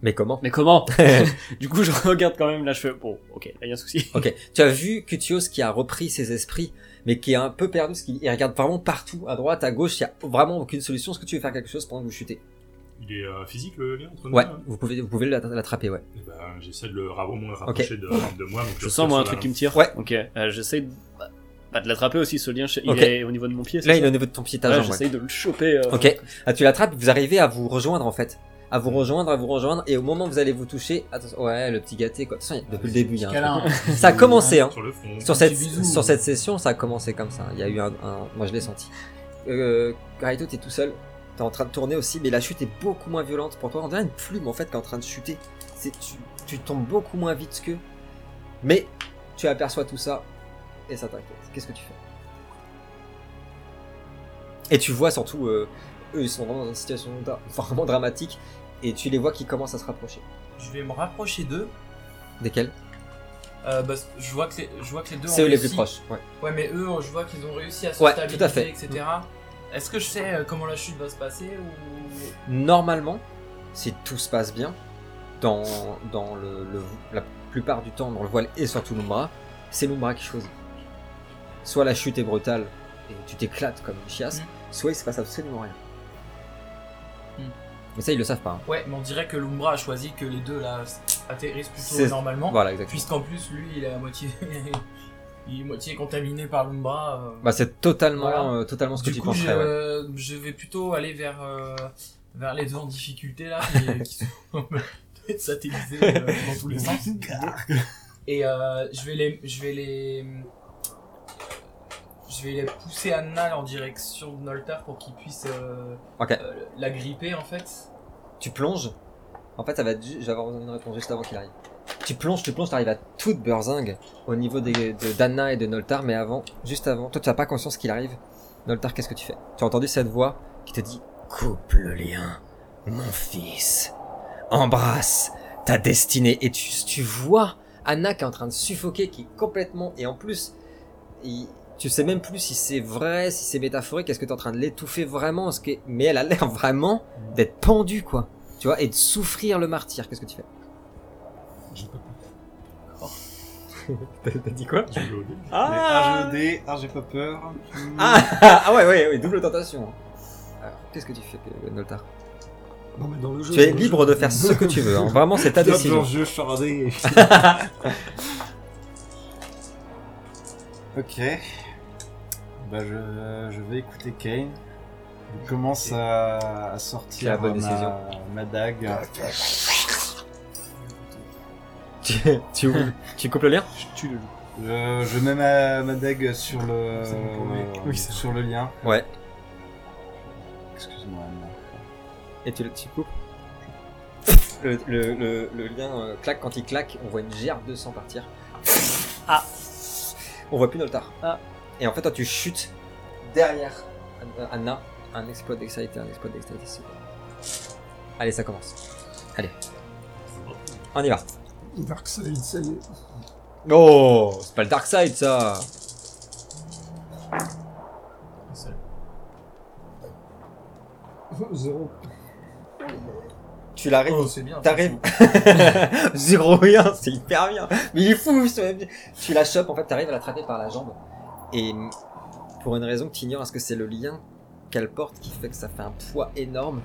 Mais comment mais comment Du coup, je regarde quand même là, je fais, bon, ok, là, il y a un souci. Ok. Tu as vu Cutios qui a repris ses esprits, mais qui est un peu perdu, parce qu'il il regarde vraiment partout, à droite, à gauche, il n'y a vraiment aucune solution. Est-ce que tu veux faire quelque chose pendant que vous chutez Il est euh, physique le lien entre nous Ouais, là vous pouvez, vous pouvez l'attra- l'attraper, ouais. Eh ben, J'essaie de le ra- au moins rapprocher de, de moi. donc Je le sens, moi, un sur truc la- qui me tire. Ouais. Ok, euh, j'essaye de, bah, bah, de l'attraper aussi, ce lien, je- il Ok. est au niveau de mon pied. c'est Là, ça il est au niveau de ton pied, ta Ouais, jambe, ouais. j'essaye de le choper. euh, Ok. Ah, tu l'attrapes, vous arrivez à vous rejoindre, en fait. À vous rejoindre, à vous rejoindre, et au moment où vous allez vous toucher, attention, ouais, le petit gâté, quoi. De toute façon, il y a- depuis le début, il y a un truc. Câlin. Ça a commencé, hein. Sur le front. Sur petit cette, bisou. sur cette session, ça a commencé comme ça. Il y a eu un. un- moi, je l'ai senti. Euh, Raito, t'es tout seul. T'es en train de tourner aussi, mais la chute est beaucoup moins violente pour toi. On dirait une plume en fait qui est en train de chuter. C'est- Tu, tu tombes beaucoup moins vite qu'eux. Mais tu aperçois tout ça et ça t'inquiète. Qu'est-ce que tu fais Et tu vois surtout. euh, eux, ils sont vraiment dans une situation dra- vraiment dramatique et tu les vois qui commencent à se rapprocher. Je vais me rapprocher d'eux. Desquels Euh, bah, je vois que les, je vois que les deux. C'est ont eux les plus réussi. proches. Ouais. Ouais, mais eux, je vois qu'ils ont réussi à se Ouais, stabiliser, tout à fait. etc. Est-ce que je sais euh, comment la chute va se passer ou Normalement, si tout se passe bien, dans, dans le, le- la plupart du temps, dans le voile et surtout l'Umbra, c'est l'Umbra qui choisit. Soit la chute est brutale et tu t'éclates comme une chiasse, Mm. soit il se passe absolument rien. Mm. Mais ça, ils le savent pas. hein. Ouais, mais on dirait que l'Umbra a choisi que les deux là atterrissent plutôt C'est- normalement, hein. Voilà, exactement. puisqu'en plus lui, il est à moitié, il est moitié contaminé par l'Umbra. euh. Bah, c'est totalement, Voilà. euh, totalement ce que du tu coup, je, penserais. ouais. je vais plutôt aller vers euh, vers les deux en difficulté là, qui, qui sont peut-être satellisés euh, dans tous les sens. Et euh, je vais les, je vais les, je vais les pousser Anna en direction de Noltar pour qu'il puisse euh, Ok. euh, la gripper en fait. Tu plonges. En fait, ça va être ju- je vais avoir besoin d'une réponse juste avant qu'il arrive. Tu plonges, tu plonges, t'arrives à toute berzingue au niveau des- de d'Anna et de Noltar, mais avant, juste avant, toi tu n'as pas conscience qu'il arrive. Noltar, qu'est-ce que tu fais Tu as entendu cette voix qui te dit Coupe le lien, mon fils. Embrasse ta destinée. Et tu, tu vois Anna qui est en train de suffoquer, qui est complètement. Et en plus, il- tu sais même plus si c'est vrai, si c'est métaphorique, est-ce que tu es en train de l'étouffer vraiment est-ce que- Mais elle a l'air vraiment d'être pendue, quoi. Tu vois, et de souffrir le martyr. Qu'est-ce que tu fais Je peux pas. T'as t'as dit quoi Je l'ai oublié. Ah, je dé, ah j'ai pas peur. Ah, ah ouais, ouais, ouais, double tentation. Alors, qu'est-ce que tu fais, euh, Noltar Non, mais dans le jeu. Tu es libre de faire ce que tu veux. hein. Vraiment, c'est ta décision. jeu chardé. ok. Bah je, je vais écouter Kane. Je commence à, à sortir La bonne ma, décision. ma dague. Tu, tu, ouvres- tu coupes le lien Je tue le loup. Euh, Je, je mets ma, ma dague sur le euh, C'est bon pour lui. Oui, c'est sur le lien. Ouais. Excuse-moi. Anna. Et tu, le- tu coupes le, le- le- le lien euh, claque, quand il claque, on voit une gerbe de sang partir. Ah On voit plus Noltar. Ah. Et en fait, toi, tu chutes derrière An- Anna. Un exploit d'excité, un exploit d'excité. c'est bon. Allez, ça commence. Allez. On y va. Dark Side, ça y est. Oh, c'est pas le Dark Side ça Zéro. Tu l'arrives, Oh, c'est bien. t'arrives. Zéro rien, c'est hyper bien. Mais il est fou, ce mec. Tu la chopes, en fait, t'arrives à l'attraper par la jambe. Et pour une raison que tu ignores, est-ce que c'est le lien qu'elle porte qui fait que ça fait un poids énorme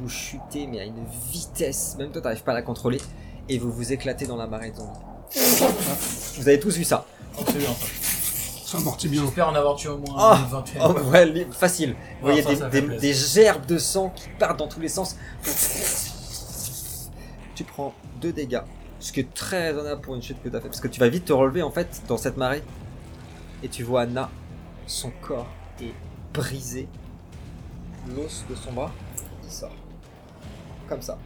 Vous chutez, mais à une vitesse, même toi, t'arrives pas à la contrôler. Et vous vous éclatez dans la marée de zombies. Vous avez tous vu ça. Oh, c'est bien, ça. Ça amortit bien. J'espère en avoir tué au moins Ah. une vingtaine. Oh, ouais, li- facile. Vous voyez Ouais, ça, des, ça fait des- plaisir. des gerbes de sang qui partent dans tous les sens. Tu prends deux dégâts, ce qui est très raisonnable pour une chute que tu as fait, parce que tu vas vite te relever en fait dans cette marée. Et tu vois Anna, son corps est brisé, l'os de son bras, il sort. Comme ça.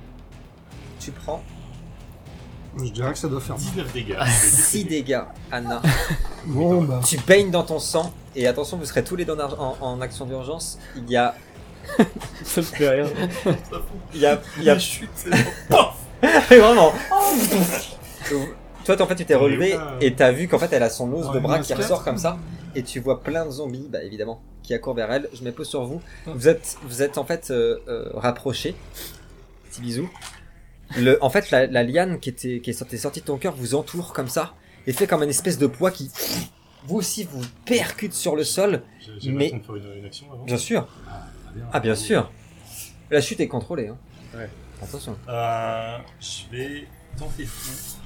Tu prends Je dirais que ça doit faire. Divers dégâts. Ah, 6 dégâts, Anna. Bon, bah. Tu baignes dans ton sang, et attention, vous serez tous les deux en, ar- en- en action d'urgence. Il y a. Ça me fait rire. Il y a, il y a chute. Mais vraiment Oh. Toi, t'en fait, tu t'es relevé Ah. et t'as vu qu'en fait, elle a son os Oh, Ouais, de bras mais qui c'est ressort comme ça. Et tu vois plein de zombies, bah évidemment, qui accourent vers elle. Je mets pause sur vous. Oh. Vous êtes, vous êtes en fait euh, euh, rapprochés. Petit bisou. Le, en fait, la, la liane qui, était, qui est sortie, sortie de ton cœur vous entoure comme ça et fait comme une espèce de poids qui, vous aussi, vous percute sur le sol. J'ai Mais- mais... qu'on peut une, une action avant. Bien sûr. Ah, bien. Ah, bien sûr. La chute est contrôlée. Hein. Ouais. Attention. Euh, je vais tenter fou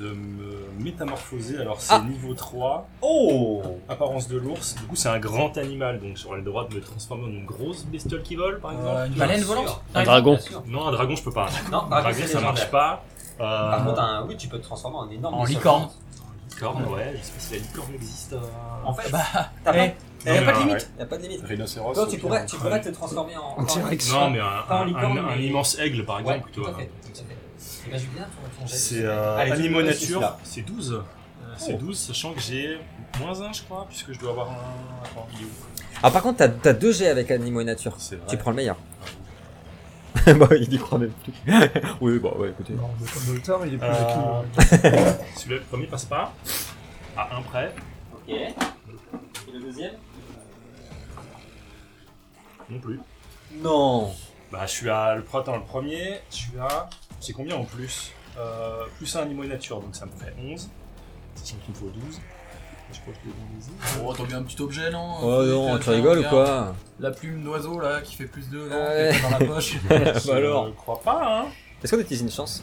de me métamorphoser. Alors c'est Ah. niveau 3, Oh apparence de l'ours. Du coup c'est un grand animal, donc j'aurai le droit de me transformer en une grosse bestiole qui vole par exemple. Euh, une Bien baleine sûr. volante Un dragon. Non, un dragon je peux pas. Non, ah, Ah, Un dragon ça marche pas. Euh, Par contre, un- oui, tu peux te transformer en énorme. En bestiole. licorne. Licorne, ouais, je sais pas si la licorne existe. euh, En fait, Bah, t'as eh, pas, y a mais pas de un- limite. Y a pas de limite. Rhinocéros. Toi, au tu pire. pourrais, tu pourrais te transformer en. En T-Rex. Non, mais un, Pas en un- licorne, un- mais- un immense aigle par Ouais, exemple. tu tout vois. à fait. Tout à fait. Eh ben, Julien, faut faire ton geste. C'est euh, Allez, animaux dis-nous, nature, celui-là. Oh. c'est 12. Euh, C'est 12, sachant que j'ai moins 1, je crois, puisque je dois avoir un. Attends, il est où Ah, par contre, t'as- t'as deux G avec animaux et nature. C'est vrai. Tu prends le meilleur. bah, il y croit même plus. oui, bah, ouais, écoutez. Non, mais comme Voltaire, il est plus avec nous. hein. Euh, Celui-là, le premier passe pas. À 1 près. Ok. Et le deuxième Non plus. Non. Bah, je suis à. Le, pre- attends, le premier, je suis à. C'est combien en plus Euh, Plus 1 animaux et nature, donc ça me fait 11. Sachant qu'il me faut 12. Je crois que je l'ai dans les yeux. oh, t'as bien un petit objet, non Oh non, tu rigoles ou quoi La plume d'oiseau, là, qui fait plus de. Non, Ouais. qui est dans la poche. Bah alors. Je ne crois pas, hein Est-ce qu'on utilise une chance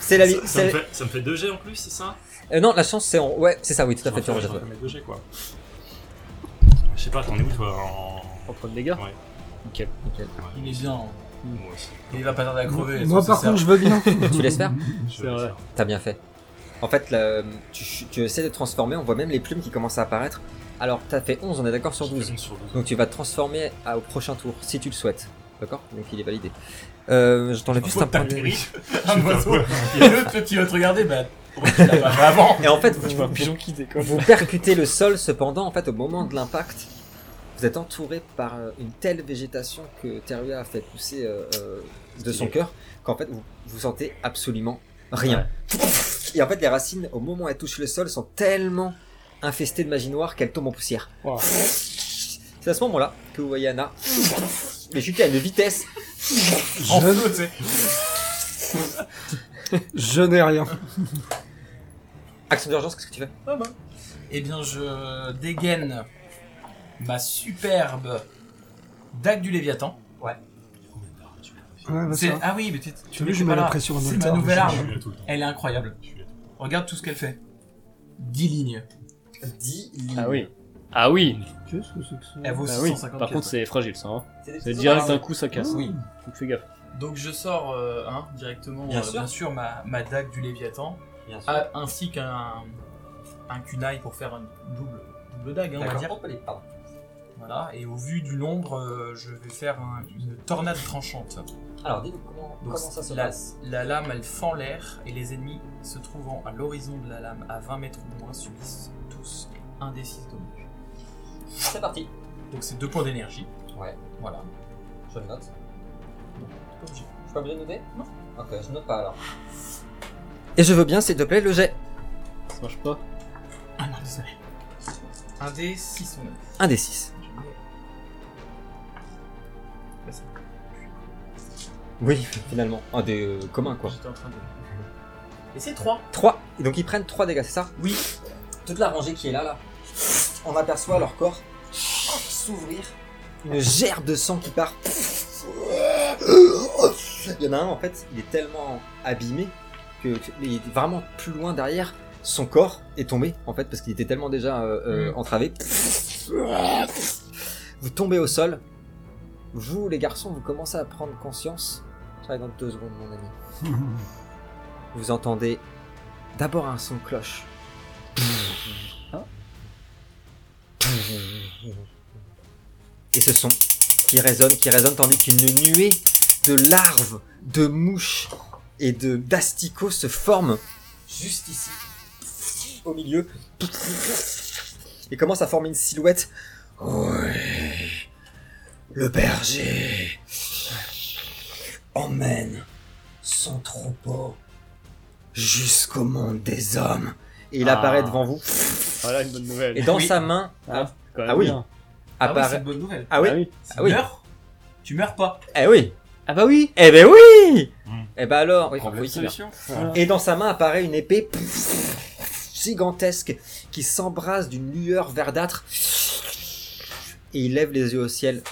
C'est la vie. ça, ça me fait, ça me fait 2G en plus, c'est ça Euh, non, la chance, c'est en. Ouais, c'est ça, oui, tout à fait, tu Enfin, rejettes. je refais mes 2G quoi. Je sais pas, t'en es où toi en... En prendre des dégâts Ouais. Nickel. Il est bien. hein. Moi aussi. Il va pas tarder à crever. Moi, ça, par c'est contre, je veux bien. Tu laisses faire Je vais vrai. faire. T'as bien fait. En fait, là, tu, tu essaies de te transformer, on voit même les plumes qui commencent à apparaître. Alors, t'as fait 11, on est d'accord sur 12. J'imagine sur douze. Donc, tu vas te transformer à- au prochain tour, si tu le souhaites. D'accord Donc, il est validé. Euh, je t'enlève juste un point de... un oiseau. Et l'autre, l'autre, il va te regarder, bah. Pourquoi tu l'as pas fait avant Et en fait, vous, vois un pigeon qui décolle. vous percutez le sol, cependant, en fait, au moment de l'impact, vous êtes entouré par euh, une telle végétation que Teruya a fait pousser euh, euh, de son cœur, qu'en fait, vous, vous sentez absolument rien. Et en fait, les racines, au moment où elles touchent le sol, sont tellement infestées de magie noire qu'elles tombent en poussière. Wow. C'est à ce moment-là que vous voyez Anna, mais chutée à une vitesse En Je, flot, tu sais. je n'ai rien. Action d'urgence, qu'est-ce que tu fais Ah bah. Eh bien, je dégaine ma superbe dague du Léviathan. Ouais, bah, C'est- ça. Ah oui, mais tu, Tu tu veux que je l'étais mets pas la là. pression en C'est ma Oh, hauteur, nouvelle je- arme. tout le temps. Elle est incroyable. Je l'ai tout Regarde tout ce qu'elle fait. 10 lignes. 10 Ah oui. Ah oui. Qu'est-ce que c'est que ça Elle vaut Ah oui. 650 Par contre, pièces. c'est fragile ça. hein. C'est C'est direct d'un coup, ça casse. Oui. Faut que fais gaffe. Donc je sors euh, hein, directement, Bien euh, sûr. ma, ma dague du Léviathan, Bien sûr. a- ainsi qu'un un kunai pour faire une double, double dague, hein, on va dire. D'accord. Pardon. Voilà. Et au vu du nombre, euh, je vais faire un- une tornade tranchante. Alors, dis-nous comment, Donc, comment ça se la, passe. la lame, elle fend l'air et les ennemis se trouvant à l'horizon de la lame à 20 mètres ou moins subissent tous un des 6 dommages. C'est parti. Donc c'est 2 points d'énergie. Ouais. Voilà. Je le note. Pas obligé. Je peux bien noter Non. Ok, je note pas alors. Et je veux bien, s'il te plaît, le jet. Ça marche pas. Ah non, désolé. Un des 6 ou 9. 1 des 6. Oui, finalement. Un des euh, communs, quoi. J'étais en train de. Et c'est 3. 3. Donc ils prennent 3 dégâts, c'est ça Oui. Toute la rangée qui est là, là, on aperçoit leur corps s'ouvrir. Une gerbe de sang qui part. Il y en a un, en fait, il est tellement abîmé que que- il est vraiment plus loin derrière. Son corps est tombé, en fait, parce qu'il était tellement déjà euh, euh, Mm. entravé. Vous tombez au sol. Vous, les garçons, vous commencez à prendre conscience. Ça va être dans deux secondes, mon ami vous entendez d'abord un son de cloche. Et ce son qui résonne, qui résonne, tandis qu'une nuée de larves, de mouches et de d'asticots se forme juste ici, au milieu, et commence à former une silhouette. Ouais, le berger emmène son troupeau jusqu'au monde des hommes. Et il Ah. apparaît devant vous. Voilà une bonne nouvelle. Et dans Oui. sa main Ah, quand même Ah oui. bien. Ah oui, c'est apparaît. une bonne nouvelle. Ah oui, Ah oui. Si Ah oui. Tu meurs, tu meurs pas. eh oui. Ah bah oui. Eh ben oui. Mm. Eh ben alors. oui, Problème, oui, c'est bien. solution. Et dans sa main apparaît une épée gigantesque qui s'embrase d'une lueur verdâtre. Et il lève les yeux au ciel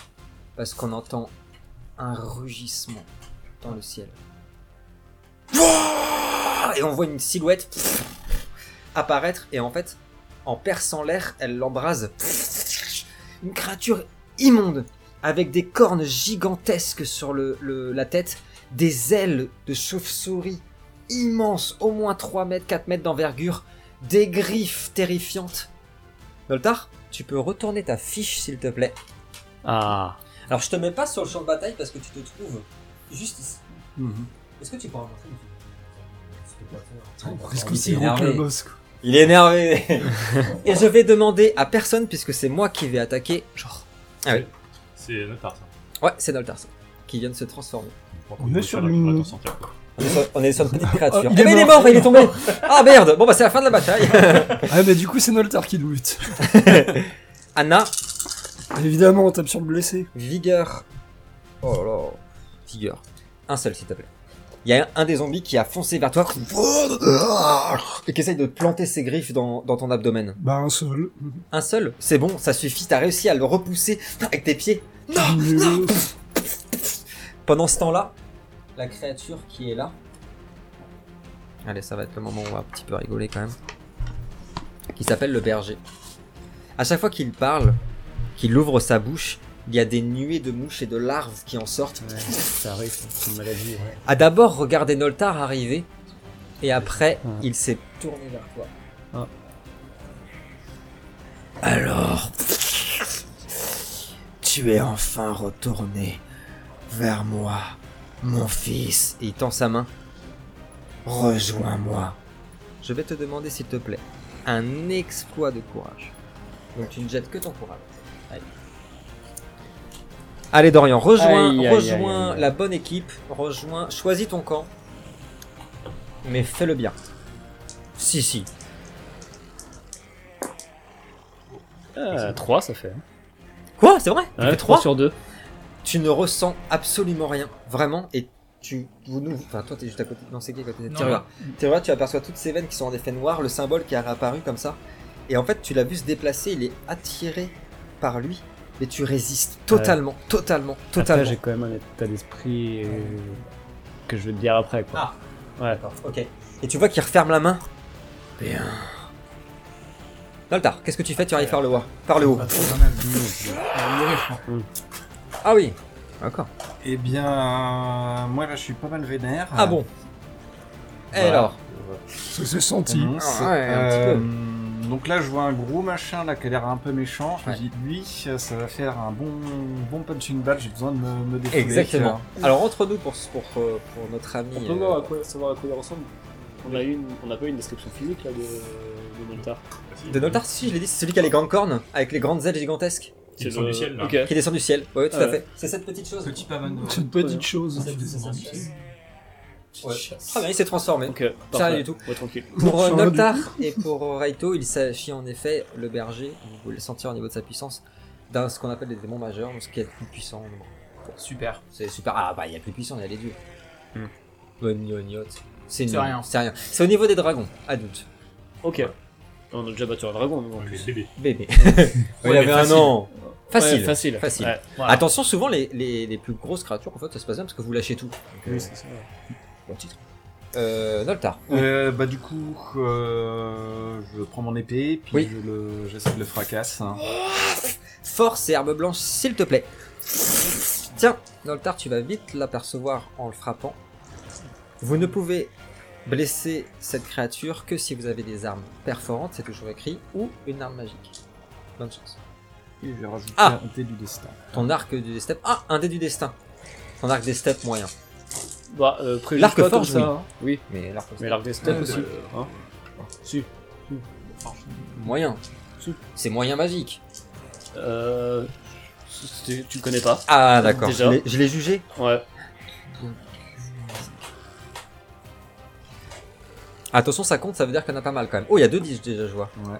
parce qu'on entend un rugissement dans le ciel. Et on voit une silhouette apparaître et en fait, en perçant l'air, elle l'embrase. Une créature immonde avec des cornes gigantesques sur le- le- la tête, des ailes de chauve-souris immense, au moins 3 mètres, 4 mètres d'envergure, des griffes terrifiantes. Noltar, tu peux retourner ta fiche s'il te plaît. Ah. Alors je te mets pas sur le champ de bataille parce que tu te trouves juste ici. Est-ce que tu peux rentrer Qu'est-ce que c'est gros que le boss quoi. Il est énervé. Et je vais demander à personne puisque c'est moi qui vais attaquer. Genre. Ah oui. C'est notre part, ça. Ouais, c'est Noltar ça, qui vient de se transformer. On est sur le une- On est sur, on est sur une petite créature. Oh, Eh ben, il est mort, il est tombé. Ah merde. Bon bah c'est la fin de la bataille. Ah mais du coup c'est Noltar qui nous lutte. Anna, Évidemment on tape sur le blessé. Vigueur. Oh là là. Vigueur. Un seul, s'il te plaît. Il y a un des zombies qui a foncé vers toi et qui essaye de planter ses griffes dans, dans ton abdomen. Bah un seul. Un seul C'est bon, ça suffit, t'as réussi à le repousser avec tes pieds. Non, Nul. Pendant ce temps-là, la créature qui est là. Allez, ça va être le moment où on va un petit peu rigoler quand même. Qui s'appelle le berger. À chaque fois qu'il parle, qu'il ouvre sa bouche, il y a des nuées de mouches et de larves qui en sortent. ça arrive. C'est une maladie. a d'abord regardé Noltar arriver et après il s'est tourné vers toi. Ah. Alors, tu es enfin retourné vers moi, mon fils. Et il tend sa main. Rejoins-moi. Je vais te demander s'il te plaît un exploit de courage. Donc tu ne jettes que ton courage. Allez Dorian, rejoins, Aïe, aïe, aïe, rejoins aïe. la bonne équipe, rejoins, choisis ton camp, mais fais-le bien. Si si. 3 ça fait. hein. Euh, Quoi, c'est vrai Tu fais Ouais, trois trois sur 2. tu ne ressens absolument rien, vraiment, et tu vous nous, enfin toi t'es juste à côté, non c'est qui à côté de Non, Tirua. Tirua, tu aperçois toutes ces veines qui sont en effet noires, le symbole qui a réapparu comme ça, et en fait tu l'as vu se déplacer, il est attiré par lui, mais tu résistes totalement, totalement, Après, totalement. j'ai quand même un état d'esprit euh, que je vais te dire après. Quoi. Ah. Ouais. ok. Et tu vois qu'il referme la main. Bien. Noltar, qu'est-ce que tu fais Tu arrives par le haut. Par le haut. Pas trop quand même. Ah oui. Mm. D'accord. Eh bien, euh, moi là, je suis pas mal vénère. Ah bon. Et Voilà. alors Euh, Ça s'est senti. annonce. Ah ouais, un petit Euh, donc là, je vois un gros machin là qui a l'air un peu méchant. Je me dis, lui, euh, ça va faire un bon, bon punching ball. J'ai besoin de me, me défouler. Exactement. Alors entre nous pour, pour, euh, pour notre ami. On euh, peut voir à quoi, savoir à quoi il ressemble. On a, eu une, on a pas eu une description physique là de, de Montar. De Noltar, euh, si je l'ai dit, c'est celui qui a les grandes cornes, avec les grandes ailes gigantesques, Ils sont du ciel, là. Ok. qui descend du ciel. Ouais, tout Ah à ouais. fait. C'est cette petite chose. Petit pavane C'est une petite chose. Ouais. Ah bien, il s'est transformé. Ok. rien parfait. du tout. Ouais, tranquille. Pour euh, Sur le Noctar et pour euh, Raito, il s'agit en effet, le berger, vous le sentir au niveau de sa puissance, d'un ce qu'on appelle des démons majeurs, donc ce qui est le plus puissant. Super. C'est super. Ah bah il y a le plus puissant, il y a les dieux. Hmm. Bonne gnognotte. C'est nul. rien. C'est rien. C'est au niveau des dragons, adultes. Ok. On a déjà battu un dragon. nous, en plus. Les bébés. Bébé. Ouais, il mais avait un facile. an. Facile. Ouais, facile. Facile. Ouais. Voilà. Attention, souvent les, les, les plus grosses créatures, en fait, ça se passe bien parce que vous lâchez tout. Donc, euh, Oui, c'est ça. bon titre. Euh, Noltar. Euh, bah du coup, euh, je prends mon épée, puis Oui. je le- j'essaie de le fracasse. hein. Force et herbe blanche, s'il te plaît. Tiens, dans le tard, tu vas vite l'apercevoir en le frappant. Vous ne pouvez blesser cette créature que si vous avez des armes perforantes, c'est toujours écrit, ou une arme magique. Bonne chance. Et je vais rajouter Ah. un dé du destin. Ton arc du destin. Ah, un dé du destin. Ton arc des steppes moyen. Bah, euh, préjuge L'arc pas comme forge, ça, oui. hein. oui. Mais l'arc des Mais steppes, l'arc des steppes Ouais, aussi. hein. Si. moyen. Si. C'est moyen magique. Euh, c'était- tu le connais pas. Ah, d'accord. Déjà. Je l'ai- Je l'ai jugé. Ouais. Attention, ça compte, ça veut dire qu'il y en a pas mal quand même. Oh, il y a deux 10 déjà, je vois. Ouais.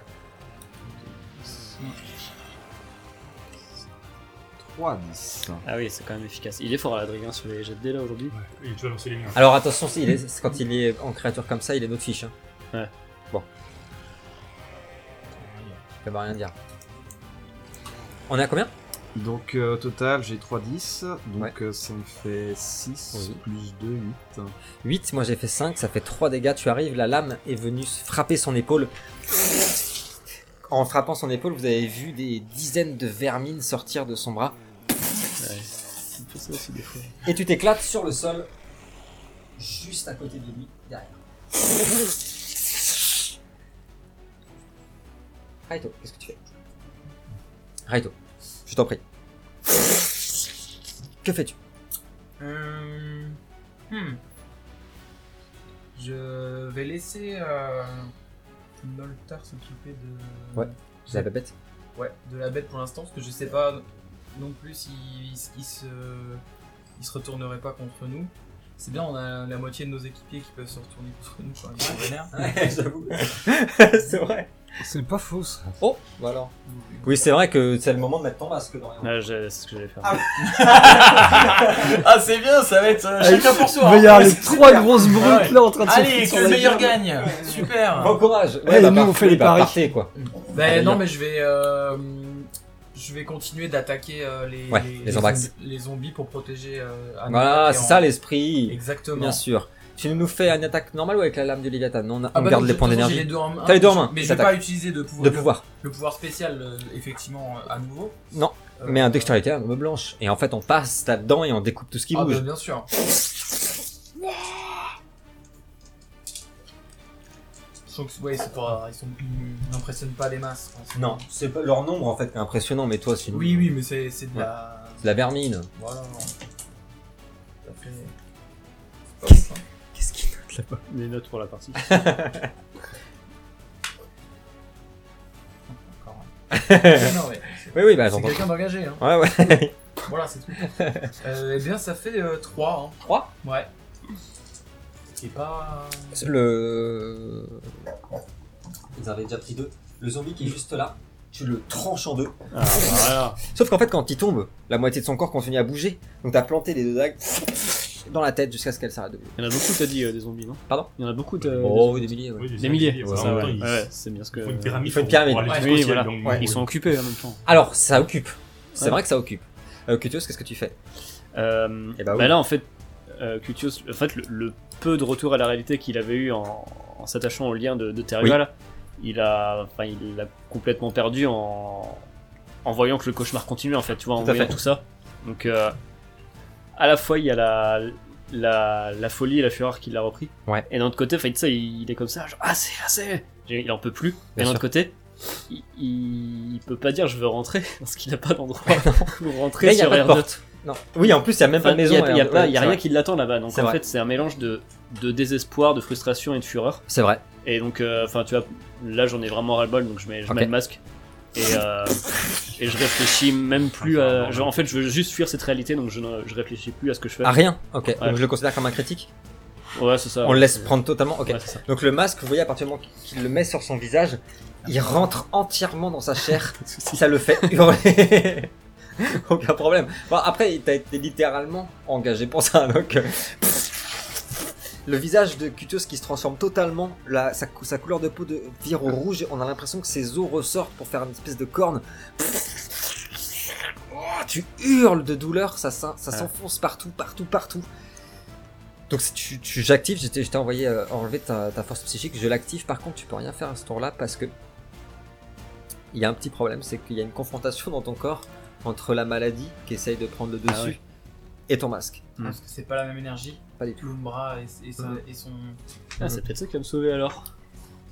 3 10. Ah oui, c'est quand même efficace. Il est fort à la drague, hein, sur les jets de dés là aujourd'hui. Ouais. Il tu vas lancer les miens. Alors attention, il est- quand il est en créature comme ça, il est notre fiche. Hein. Ouais. Bon. Ça va rien dire. On est à combien Donc euh, au total, j'ai 3 10, donc Ouais. euh, ça me fait 6 Oui. plus 2 8. 8, moi j'ai fait 5, ça fait 3 dégâts. Tu arrives, la lame est venue se frapper son épaule. En frappant son épaule, vous avez vu des dizaines de vermines sortir de son bras. Ouais. Il fait ça aussi des fois. Et tu t'éclates sur le sol, juste à côté de lui, derrière. Raito, qu'est-ce que tu fais Raito, je t'en prie. Que fais-tu Euh, hmm. Je vais laisser euh, Noltar s'occuper de. Ouais. Je la bête. Ouais, de la bête pour l'instant, parce que je sais pas non plus s'il il se, il se retournerait pas contre nous. C'est bien, on a la moitié de nos équipiers qui peuvent se retourner contre nous quand ils sont vénères. J'avoue. c'est vrai. C'est pas faux ça. Oh, bah alors. Oui, c'est vrai que c'est le moment de mettre ton masque dans Ouais, j'ai- c'est ce que j'allais faire. Ah, c'est bien, ça va être euh, chacun pour soi. Il va y hein. avoir les trois Super. grosses brutes Ah ouais. là en train de se Allez, foutre sur que le la meilleur gueule. gagne Super Bon courage. bah, Ouais, nous, on fait les paris. partez, quoi. Ben Allez, non, viens. mais je vais, euh, je vais continuer d'attaquer euh, les, Ouais, les Zorbax. zombies, les zombies pour protéger. euh, Anna Voilà, et c'est en- ça l'esprit. Exactement. Bien sûr. Tu nous fais une attaque normale ou avec la lame du Léviathan On, a- Ah on bah garde non, les de points toute façon, j'ai d'énergie. deux en main. T'as les deux en main, Mais je vais t'attaques. pas utiliser de pouvoir, De le- pouvoir. Le, pouvoir spécial, euh, effectivement, euh, à nouveau. Non, Euh, Mais un dextérité, un homme blanche. Et en fait, on passe là-dedans et on découpe tout ce qui Ah bah, bouge. bien sûr. Je trouve que ouais, c'est pas, ils sont, ils n'impressionnent pas les masses. je pense. bah, Non, c'est pas leur nombre en fait qui est impressionnant, mais toi, c'est une- Oui, oui, mais c'est c'est de la. c'est de la vermine. Voilà. non. Ça fait- hein, Qu'est-ce qui note là-bas Des notes pour la partie. Encore un. Ah non, mais Oui, oui, bah c'est j'entends. quelqu'un d'engagé. Hein. Ouais, ouais. Voilà, c'est tout. euh, eh bien, ça fait 3. Hein. 3 Ouais. Qui est pas. Le. Ils en avaient déjà pris deux. Le zombie qui est juste là, tu le tranches en deux. Ah, voilà. Sauf qu'en fait, quand il tombe, la moitié de son corps continue à bouger. Donc t'as planté les deux dagues dans la tête jusqu'à ce qu'elle s'arrête de bouger. Il y en a beaucoup, t'as dit, euh, des zombies, non Pardon Il y en a beaucoup, t'as- Oh, oui, des milliers, ouais. Euh, Oui, des, c'est milliers. vrai, c'est en ça, même temps, ouais. ils- Ouais, c'est bien ce que... ils font une pyramide. Il faut une pyramide. pour aller Ouais, jusqu'au oui, ciel, voilà. donc, Ils sont occupés en même temps. Alors, ça occupe. C'est Ouais. vrai que ça occupe. Euh, Cutius, qu'est-ce que tu fais Euh, Eh bah bah oui. là, en fait, euh, Cutius, en fait, le, le peu de retour à la réalité qu'il avait eu en, en s'attachant au lien de, de tes Oui. rivales, il a, enfin, il l'a complètement perdu en, en voyant que le cauchemar continue, en fait, tu vois, en Tout à voyant fait. tout ça. Donc, euh, à la fois, il y a la, la, la folie et la fureur qui l'a repris. Ouais. Et d'un autre côté, enfin, tu sais, il, il est comme ça, genre, ah, c'est, ah, c'est, il en peut plus. et Bien d'un sûr. autre côté, il, il- il peut pas dire je veux rentrer parce qu'il a pas d'endroit où rentrer Là, il y a sur pas de R2. porte. Non. Oui, en plus, il y a même pas de maison. hein. Il n'y a, y a ouais, pas- ouais, y a c'est rien vrai. qui l'attend là-bas. Donc C'est en vrai. fait, c'est un mélange de, de désespoir, de frustration et de fureur. C'est vrai. Et donc, euh, enfin, tu vois, là j'en ai vraiment ras-le-bol, donc je mets, je Ok. mets le masque. Et, euh, et je réfléchis même plus à. genre, en fait, je veux juste fuir cette réalité, donc je ne je réfléchis plus à ce que je fais. Ah, rien Ok. Ouais. Donc je le considère comme un critique. ouais, c'est ça. On le laisse prendre totalement. Ok. Ouais, c'est ça. Donc le masque, vous voyez, à partir du moment qu'il le met sur son visage, il rentre entièrement dans sa chair. ça le fait hurler. Aucun problème. Bon, après, t'as été littéralement engagé pour ça, donc. euh, Le visage de Cutius qui se transforme totalement, la, sa, cou- sa couleur de peau de, vire au rouge, on a l'impression que ses os ressortent pour faire une espèce de corne. Oh, tu hurles de douleur, ça, s'en- ça Ouais. s'enfonce partout, partout, partout. Donc si tu, tu- j'active, je t'ai je t'ai envoyé euh, enlever ta, ta force psychique, je l'active, par contre tu peux rien faire à ce tour-là parce que il y a un petit problème, c'est qu'il y a une confrontation dans ton corps entre la maladie qui essaye de prendre le dessus ouais. et ton masque. Parce que c'est Hmm. pas la même énergie. Pas du tout. L'Umbra et, et, sa- et son. Ah, c'est peut-être ça qui va me sauver alors.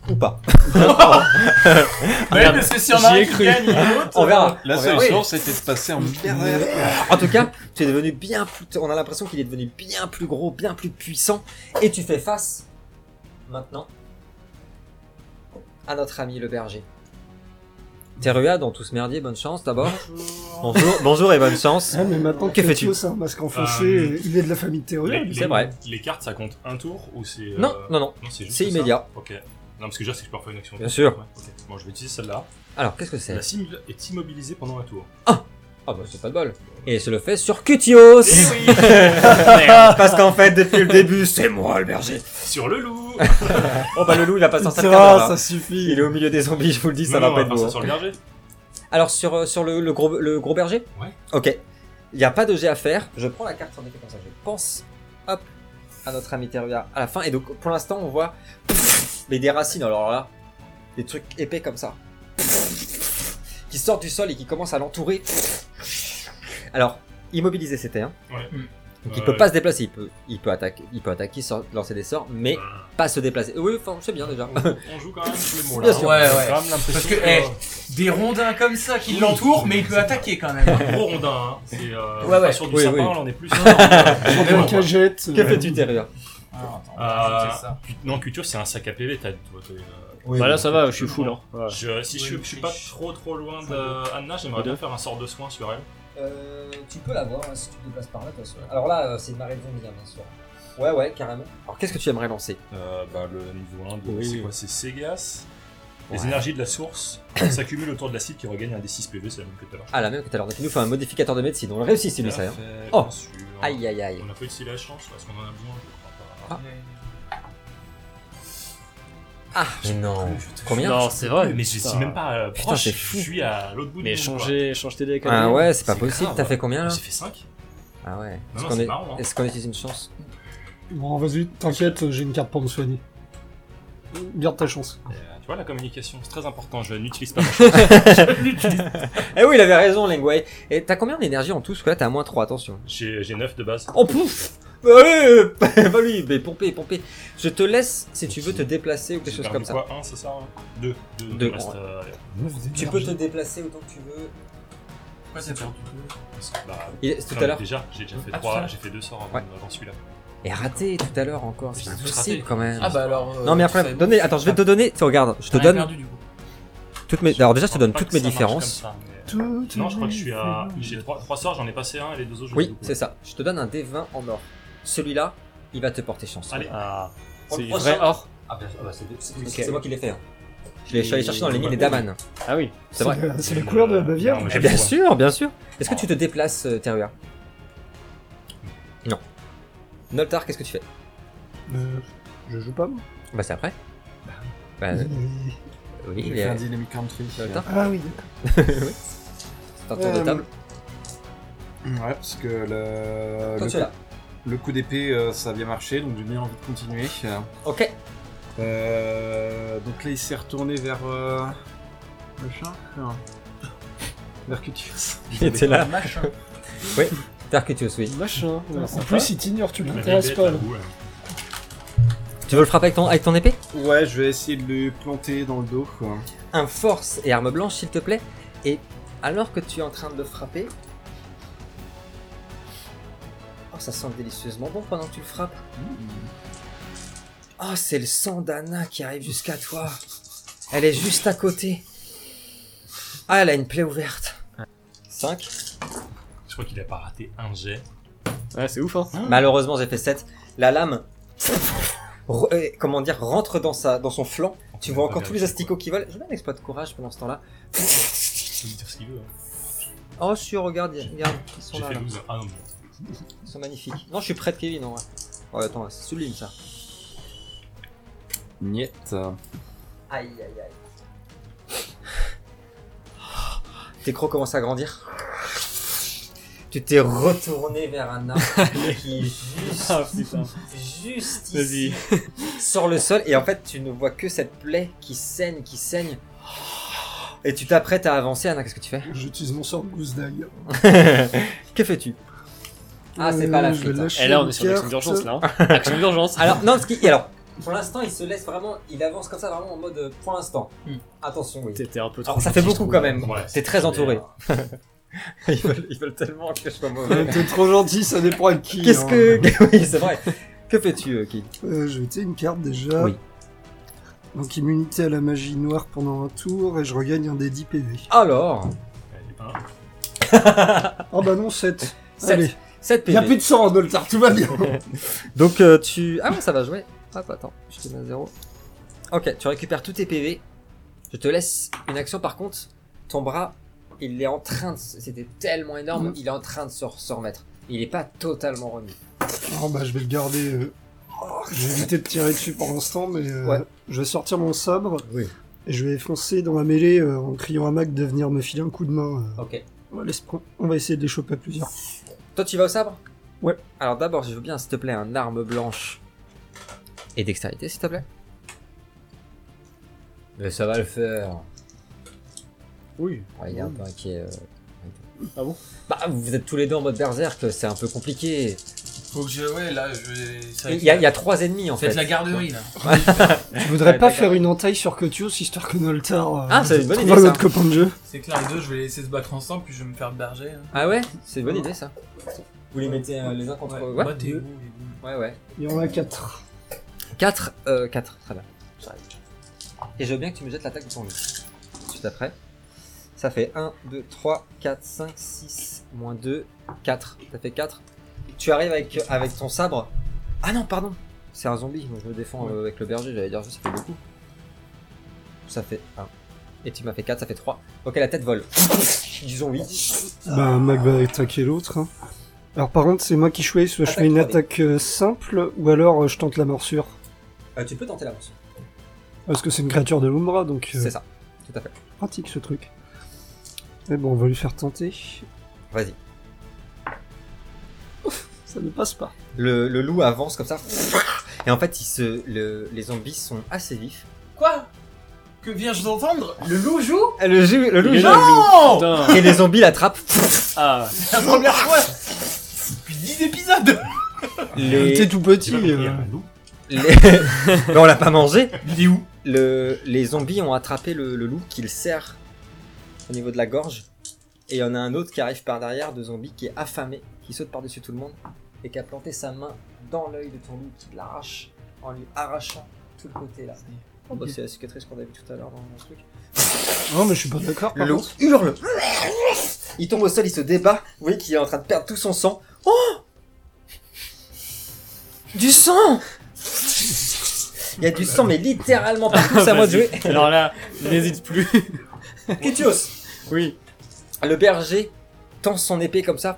Ah, Ou pas. Ouais, parce que si on a J'y ai un qui cru. gagne et l'autre. On verra. La on verra. seule Oui. source c'était de passer en En tout cas, tu es devenu bien plus. On a l'impression qu'il est devenu bien plus gros, bien plus puissant, et tu fais face maintenant à notre ami le berger. Terua, dans tout ce merdier, bonne chance d'abord. Bonjour, bonjour et bonne chance. Ah, mais maintenant Que que fais-tu Cutius a un Ah, masque enfoncé, Euh, et il est de la famille de Les, Théorien. les- c'est vrai. les cartes, ça compte un tour ou c'est. euh, Non, non, non. c'est juste C'est ça immédiat. Ok. Non, parce que je veux dire, c'est que je peux refaire une action. Bien sûr. Ouais, ok. Bon, je vais utiliser celle-là. Alors, qu'est-ce que c'est La cible est immobilisée pendant un tour. Ah bah c'est pas de bol. Et c'est le fait sur Eh Cutios Parce qu'en fait, depuis le début, c'est moi le berger. Sur le loup Oh bah le loup, il a pas sorti Ça, de cadre, là. ça suffit. Il est au milieu des zombies, je vous le dis, ça Non, va non, pas on être faire beau. hein. ça sur le berger. Alors sur, euh, sur le, le gros, le gros berger Ouais. Ok. Il n'y a pas de jet à faire. Je prends la carte sur effet comme ça. Je pense, hop, à notre ami Terria à la fin. Et donc pour l'instant on voit mais des racines. Alors là, des trucs épais comme ça. Qui sortent du sol et qui commencent à l'entourer. Alors, immobilisé c'était. Hein. Ouais. Donc il Euh, peut pas se déplacer. Il peut, il peut attaquer, il peut attaquer, sort- lancer des sorts, mais pas se déplacer. Oui, enfin, c'est bien déjà. On, on joue quand même tous les mots là. hein. Bien sûr. On Ouais, a ouais. quand même l'impression Parce que, euh, hey, eh. Des rondins comme ça qui l'entourent, mais il peut attaquer quand même. un gros rondin. Hein. C'est euh, Ouais, ouais. pas sur du Oui, sapin, oui. là on est plus. sur un- Dans la cagette. que fais-tu Terria Alors, attends, on va Euh, rajouter ça. cu- non, culture, c'est un sac à PV. T'as, toi, t'as, euh, Bah là, ça va, je suis full. Hein. Ouais. je, si je, suis- je suis pas Oui. trop trop loin de Anna, j'aimerais bien faire un sort de soin sur elle. Euh, tu peux l'avoir hein, si tu te déplaces par là, de toute façon. Alors là, euh, c'est une marée de zombies, hein, bien sûr. Ouais, ouais, carrément. Alors qu'est-ce que tu aimerais lancer Euh, bah, le niveau 1 de. Oui. C'est quoi C'est Segas. Les Ouais. énergies de la source s'accumulent autour de la cible qui regagne un des 6 PV, c'est la même que tout à l'heure. Ah, la même que tout à l'heure. Donc il nous faut un modificateur de médecine. On le réussit, c'est lui, ça. hein. Parfait, Oh. bien sûr. Aïe, aïe, aïe. On a pas utilisé la chance parce qu'on en a besoin. je crois, par- Ah. Ah, mais non. Combien Non, c'est vrai. Mais je suis Putain. même pas euh, Ah, Putain, proche, c'est fou. je suis à l'autre bout du Mais monde, quoi. changer, change tes decks. Ah Adrien. ouais, c'est pas C'est possible. grave. T'as fait combien là J'ai fait 5 Ah ouais. Non, Est-ce non, qu'on c'est est- marrant. hein. est-ce qu'on utilise une chance Bon, vas-y, t'inquiète, j'ai une carte pour me soigner. Garde ta chance. Euh, Tu vois, la communication, c'est très important, je n'utilise pas ma Eh oui, il avait raison, Lengway. Et t'as combien d'énergie en tout Parce que là, t'as à moins 3, attention. J'ai j'ai 9 de base. Oh pouf Bah oui, bah oui, mais pomper, pomper. Je te laisse, si tu veux, te déplacer ou quelque chose comme ça. quoi 1, c'est ça hein 2. 2. Deux, ouais. euh, Tu peux te Énergie. déplacer autant que tu veux. Pourquoi c'est trop Bah, Il est- tout non, à l'heure. Déjà, j'ai déjà fait Ah, 3, putain. j'ai fait 2 sorts avant Ouais. avant celui-là. Et raté tout à l'heure encore, c'est J'ai tous impossible raté. quand même. Ah bah alors. euh, non mais tu après, savais- donnez, attends, Ah. je vais te donner, tu regardes, je te T'en as donne Ah, perdu, du coup. toutes mes, alors déjà je te crois donne pas toutes que mes ça marche différences. comme ça, mais- euh, Tout Non, je crois que je est suis à. fait. J'ai 3, sorts, j'en ai passé un et les deux autres, je les ai Oui, loupés. c'est ça, je te donne un D20 en or. Celui-là, il va te porter chance. Allez. Ah, Pour c'est le du prochain. vrai or. Ah bah, ah bah, c'est c'est- Ok. c'est moi qui l'ai fait. hein. Je l'ai- je suis allé chercher dans les mines des Daman. Ah oui. C'est vrai. la- c'est la couleur Euh, de la Bavière. euh, Non, mais Eh je bien vois. sûr, bien sûr. Est-ce que tu te déplaces, euh, Terua Non. Noltar, qu'est-ce que tu fais Euh, je joue pas. moi. Bah c'est après. Bah Ah, euh, oui, euh, J'ai il fait est un dynamic country. c'est Noltar. Ah oui. C'est un tour de Euh, table. Ouais, parce que le, Toi le, tu es là. le coup d'épée, euh, ça a bien marché, donc j'ai bien envie de continuer. Ok. Euh, donc là, il s'est retourné vers. euh, Machin Non. Vers Cutius. Il était là. Machin. Tarkutius, oui. Machin. en plus, il t'ignore, tu Mais l'intéresses bête, pas. la boue, hein. Tu veux le frapper avec ton, avec ton épée Ouais, je vais essayer de le planter dans le dos. quoi. un force et arme blanche, s'il te plaît. Et alors que tu es en train de le frapper. Oh, ça sent délicieusement bon pendant que tu le frappes. Oh, c'est le sang d'Anna qui arrive jusqu'à toi. Elle est juste à côté. Ah, elle a une plaie ouverte. 5. Je crois qu'il a pas raté un jet. Ouais, c'est ouf, hein. Malheureusement, j'ai fait 7. La lame, re- euh, comment dire, rentre dans, sa, dans son flanc. Tu vois Ah, encore tous les asticots qui volent. Je mets un exploit de courage pendant ce temps-là. Il peut dire ce qu'il veut. hein. Oh, si, regarde, y- regarde, ils sont J'ai là. fait là. 12. Ah non, mais- Ils sont magnifiques. Non, je suis près de Kevin en vrai. Oh, attends, c'est sublime ça. Niette. Aïe aïe aïe. Tes crocs commencent à grandir. Tu t'es retourné vers Anna qui est juste, Ah putain. juste Vas-y. ici, sur le sol et en fait tu ne vois que cette plaie qui saigne, qui saigne. Et tu t'apprêtes à avancer, Anna, qu'est-ce que tu fais J'utilise mon sort Goose Die. Que fais-tu Ah, c'est Euh, pas la flûte, hein. Et là, on est sur l'action d'urgence, là. hein. Action d'urgence. Alors, non, parce qu'il- alors, pour l'instant, il se laisse vraiment, il avance comme ça, vraiment en mode euh, pour l'instant. Hmm. Attention, oui. T'étais un peu trop. Alors, Ah, ça fait beaucoup quand même. Ouais, T'es très c'est- entouré. ils, veulent, ils veulent tellement que je sois mauvais. T'es trop gentil, ça dépend à qui. Qu'est-ce hein. que. oui, c'est vrai. Que fais-tu, euh, Kid Euh, je vais jeter une carte déjà. Oui. Donc immunité à la magie noire pendant un tour et je regagne un des 10 PV. Alors, Ouais, j'ai pas un. Ah bah non, 7. Sept. Allez, 7 il y a PV. plus de sang en Doltar, tout va bien. Donc, euh, tu. Ah, non, ça va jouer. Hop, attends, je te mets à 0. Ok, tu récupères tous tes PV. Je te laisse une action par contre. Ton bras, il est en train de. se- C'était tellement énorme, Mhm. il est en train de se, se remettre. Il n'est pas totalement remis. Non, bah je vais le garder. euh, Je vais éviter de tirer dessus pour l'instant, mais euh, Ouais. je vais sortir mon sabre Oui. et je vais foncer dans la mêlée euh, en criant à Mac de venir me filer un coup de main. euh. Ok. On va, les spr- on va essayer de les choper à plusieurs. Toi, tu vas au sabre Ouais. Alors d'abord, je veux bien, s'il te plaît, un arme blanche et dextérité, s'il te plaît. Mais ça va le faire. Oui. il est un peu inquiet. euh. Ah bon Bah, vous êtes tous les deux en mode berserk, c'est un peu compliqué. Faut que je. Ouais, là, je vais. ça va être Il y a, la- il y a trois ennemis en Faites fait. la garderie là. Je voudrais Ouais, pas d'accord. faire une entaille sur Kotios histoire que Noltar euh, Ah, c'est une bonne trouve idée, un ça. autre copain de jeu. C'est clair, les deux, je vais les laisser se battre ensemble, puis je vais me faire berger. hein. Ah ouais C'est une bonne idée ça. Vous les mettez euh, les uns contre Ouais, ouais. moi, t'es où, Deux. il est où ouais, ouais. Il y en a 4. 4, euh, 4, très bien. J'arrive. Et je veux bien que tu me jettes l'attaque de ton loup. Juste après. Ça fait 1, 2, 3, 4, 5, 6, moins 2, 4. Ça fait 4. Tu arrives avec, avec ton sabre. Ah non, pardon C'est un zombie, donc je me défends euh, avec le berger, j'allais dire, ça fait beaucoup. Ça fait 1. Et tu m'as fait 4, ça fait 3. Ok, la tête vole. du zombie. Bah, Mac va attaquer l'autre. hein. Alors, par contre, c'est moi qui choisis, soit je Attaque fais une 3D. attaque euh, simple, ou alors euh, je tente la morsure. Euh, tu peux tenter la morsure. Parce que c'est une créature de l'Umbra, donc euh, C'est ça, tout à fait. pratique ce truc. Mais bon, on va lui faire tenter. Vas-y. Ça ne passe pas. Le, le loup avance comme ça. Et en fait, il se, le- les zombies sont assez vifs. Quoi Que viens-je d'entendre Le loup joue Ah, Le, jeu- le loup Il est joue. là, Non Putain. Et les zombies l'attrapent. Ah. La première fois Depuis 10 épisodes Les, tout Tu petit. vas me euh, dire, un loup les- Mais on l'a pas mangé. Il est où Le- les zombies ont attrapé le, le loup qu'il serre au niveau de la gorge. Et il y en a un autre qui arrive par derrière de zombie qui est affamé, qui saute par-dessus tout le monde et qui a planté sa main dans l'œil de ton loup qui l'arrache en lui arrachant tout le côté là. Oh, bah, c'est la cicatrice qu'on a vue tout à l'heure dans le truc. Non, mais je suis pas d'accord. Le par loup contre. hurle. Il tombe au sol, il se débat. Vous voyez qu'il est en train de perdre tout son sang. Oh Du sang Il y a du sang, mais littéralement partout, Ah, c'est à moi de jouer. Alors là, n'hésite plus. Kitios oui. Le berger tend son épée comme ça.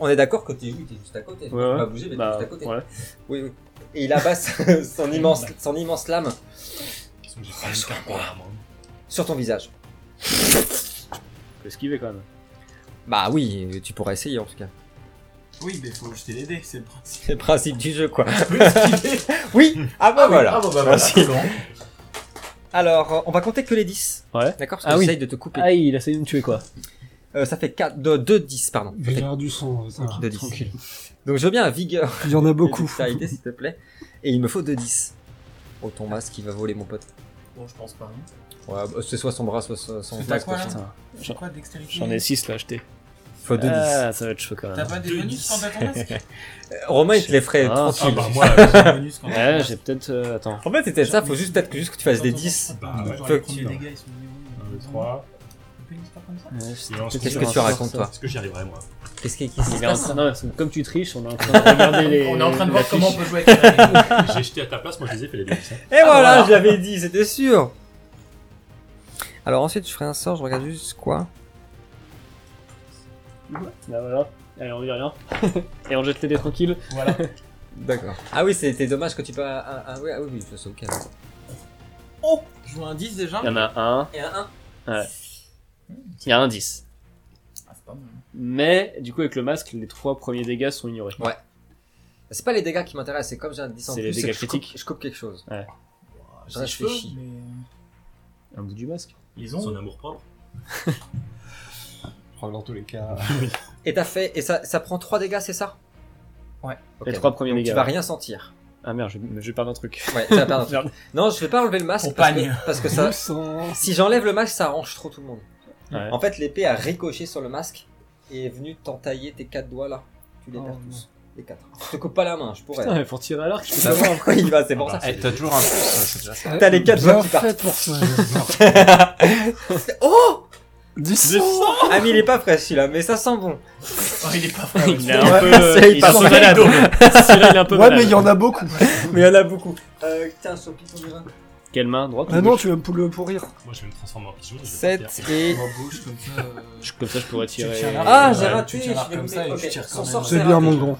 On est d'accord que t'es oui, t'es juste à côté. Tu peux ouais. pas bouger, mais t'es Bah, juste à côté. ouais. Oui, oui. Et il abat son son immense, son immense lame sur ton visage. Faut esquiver quand même. Bah oui, tu pourras essayer en tout cas. Oui, mais faut jeter les dés, c'est le principe. C'est le principe du jeu, quoi. Plus esquiver. Oui Ah bah voilà Ah, bon, bah, voilà. Alors, euh, on va compter que les 10. Ouais. D'accord Parce Ah que oui. j'essaye de te couper. Aïe, il a essayé de me tuer quoi. Euh, ça fait 4, 2, 10, pardon. Ça fait Vigueur du sang, ça va. deux dix. Donc je veux bien un vigueur Il y en a et beaucoup. dextérité, s'il te plaît. Et il me faut 2 10. Oh, ton masque, il va voler mon pote. Bon, je pense pas. hein. Ouais, bah, c'est soit son bras, soit son son C'est masque. à quoi, putain. Putain, J'ai quoi, dextérité 6 là acheté. Faut 2 10. Ah, ça va être chaud quand T'as même. pas des bonus quand t'as ton masque Romain, il te les ferait Ah, Ah, tranquille. bah, moi, J'ai des bonus quand Ouais, j'ai peut-être. euh, attends. En fait, c'était ça, faut juste peut-être que, juste que tu fasses des 10. Bah, ouais. Genre, les premiers dégâts, ils sont numéros. 1, 2, 3. Qu'est-ce que tu racontes, toi Est-ce que j'y arriverai, moi Qu'est-ce qui qu'est-ce qui se Il est en passe train- non, parce que comme tu triches, on est en train de regarder les. On est en train de voir la comment on fiche. peut jouer avec les règles. J'ai jeté à ta place, moi je les ai fait les deux. ça. Et voilà, Ah, voilà. je l'avais dit, c'était sûr. Alors ensuite, je ferai un sort, je regarde juste quoi. Bah voilà. Allez, on dit rien. Et on jette les dés tranquilles. Voilà. D'accord. Ah oui, c'était dommage que tu pas. Ah, ah oui, ah oui, oui, ça, c'est ok. Oh Je vois un 10 déjà. Il y en a un, Et un 1. il y a un 10. Ah, c'est pas mal. Mais du coup, avec le masque, les trois premiers dégâts sont ignorés. C'est pas les dégâts qui m'intéressent, c'est comme j'ai un 10 en C'est plus, les dégâts que je coupe, critiques. je coupe quelque chose. J'ai Ça, les je cheveux, réfléchis. mais Un bout du masque Ils Son ont. amour propre. Je crois que dans tous les cas. Et t'as fait. Et ça, ça prend 3 dégâts, c'est ça Ouais. Ok, Les trois donc premiers Tu dégâts. vas rien sentir. Ah merde, je, je vais perdre un truc. Ouais, tu vas perdre un truc. Merde. Non, je vais pas enlever le masque Pour parce panier. que, parce que ça. Du sang. Si j'enlève le masque, ça arrange trop tout le monde. Ouais. En fait, l'épée a ricoché sur le masque et est venue t'entailler tes 4 doigts là. Tu les Oh, perds non. tous. Les 4. Je te coupe pas la main, je pourrais. Putain, mais pour tirer à l'arc, je peux Bah, savoir. pourquoi il va, c'est pour Ah ça. bah, Eh, T'as toujours un plus, c'est déjà ça. T'as les quatre Bien doigts qui partent. fait pour ça. Oh Du sang. Ah, mais il est pas frais celui-là, mais ça sent bon. Oh, il est pas frais. Il est un Ouais, peu. c'est- il il sent est malade. Celui-là, il est un peu Ouais, malade. mais il y en a beaucoup. Mais il y en a beaucoup. Euh, tiens, sur qui on dira Quelle main Droite Ah ou non, gauche tu vas me pouler pour rire. Moi je vais me transformer en pigeon. je vais faire 7 et. Ma bouche comme ça. euh, Je- Comme ça, je pourrais tu tirer. tiens l'arc, Ah, euh, j'ai tu raté, tiens l'arc je vais comme ça et couper, tu ok. tires Son quand même. sort, C'est C'est bien, raté. mon grand.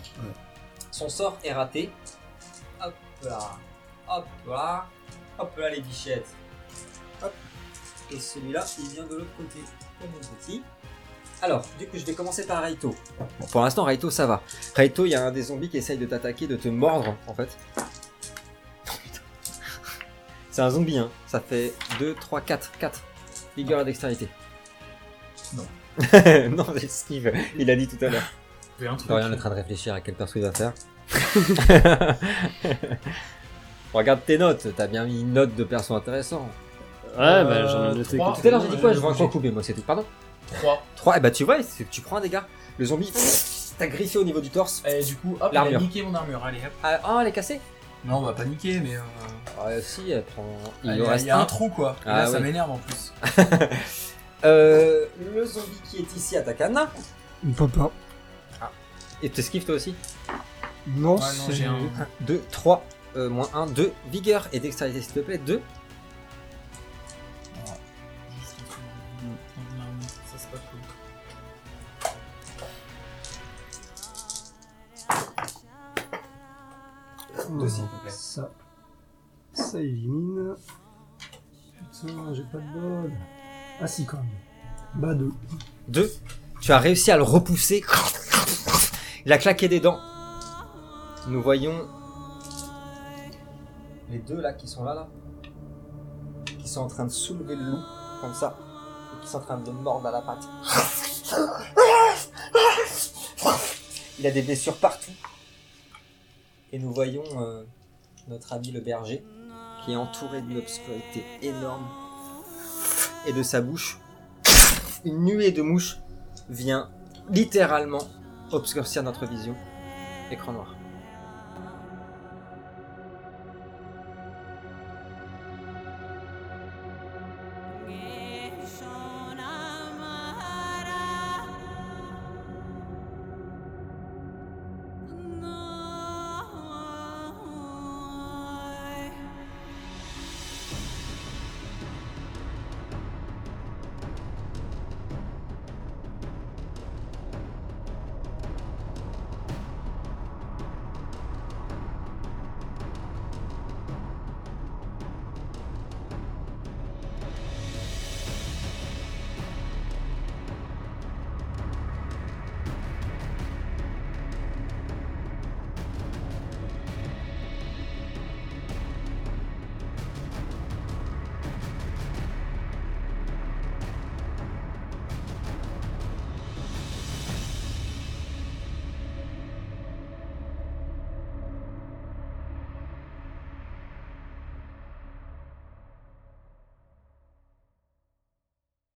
Son sort est raté. Hop là. Hop là. Hop là, les bichettes. Hop. Et celui-là, il vient de l'autre côté. Comme mon petit. Alors, du coup, je vais commencer par Raito. Bon, pour l'instant, Raito, ça va. Raito, il y a un des zombies qui essaye de t'attaquer, de te mordre, en fait. C'est un zombie, hein. Ça fait 2, 3, 4, 4. Figure et dextérité. Non. non, j'esquive. Il a dit tout à l'heure. Fais un truc. Florian est en train de réfléchir à quel perso il va faire. Regarde tes notes, t'as bien mis une note de perso intéressant. Ouais, bah j'en ai noté trois. que- Tout à l'heure j'ai dit quoi ouais, Je vois un j'ai- coin coupé, moi c'est tout. Pardon 3. 3, et bah tu vois, c'est- tu prends un dégât. Le zombie, t'as griffé au niveau du torse. Et Eh, du coup, hop, il a L'armure. niqué mon armure. Allez, hop. Ah, oh, elle est cassée Non, on va pas niquer, mais. euh, Ah, si, elle prend. Il Il lui y a- il reste y a un un. trou quoi. Et Ah, Là, ça ouais. m'énerve en plus. Euh, le zombie qui est ici attaque Anna. Papa. Et t'esquives toi aussi Non, Ouais, non, c'est. j'ai un. 2, 3, euh, moins 1, 2. Vigueur et dextérité s'il te plaît, 2. ну, Ça, c'est pas cool. Deux, s'il vous plaît. Ça. Ça élimine. Putain, j'ai pas de bol. Ah si, quand même. Bah deux. 2. Tu as réussi à le repousser. Il a claqué des dents. Nous voyons les deux là qui sont là, là, qui sont en train de soulever le loup comme ça, et qui sont en train de le mordre à la patte. Il a des blessures partout. Et nous voyons euh, notre ami le berger, qui est entouré d'une obscurité énorme, et de sa bouche une nuée de mouches vient littéralement obscurcir notre vision. Écran noir.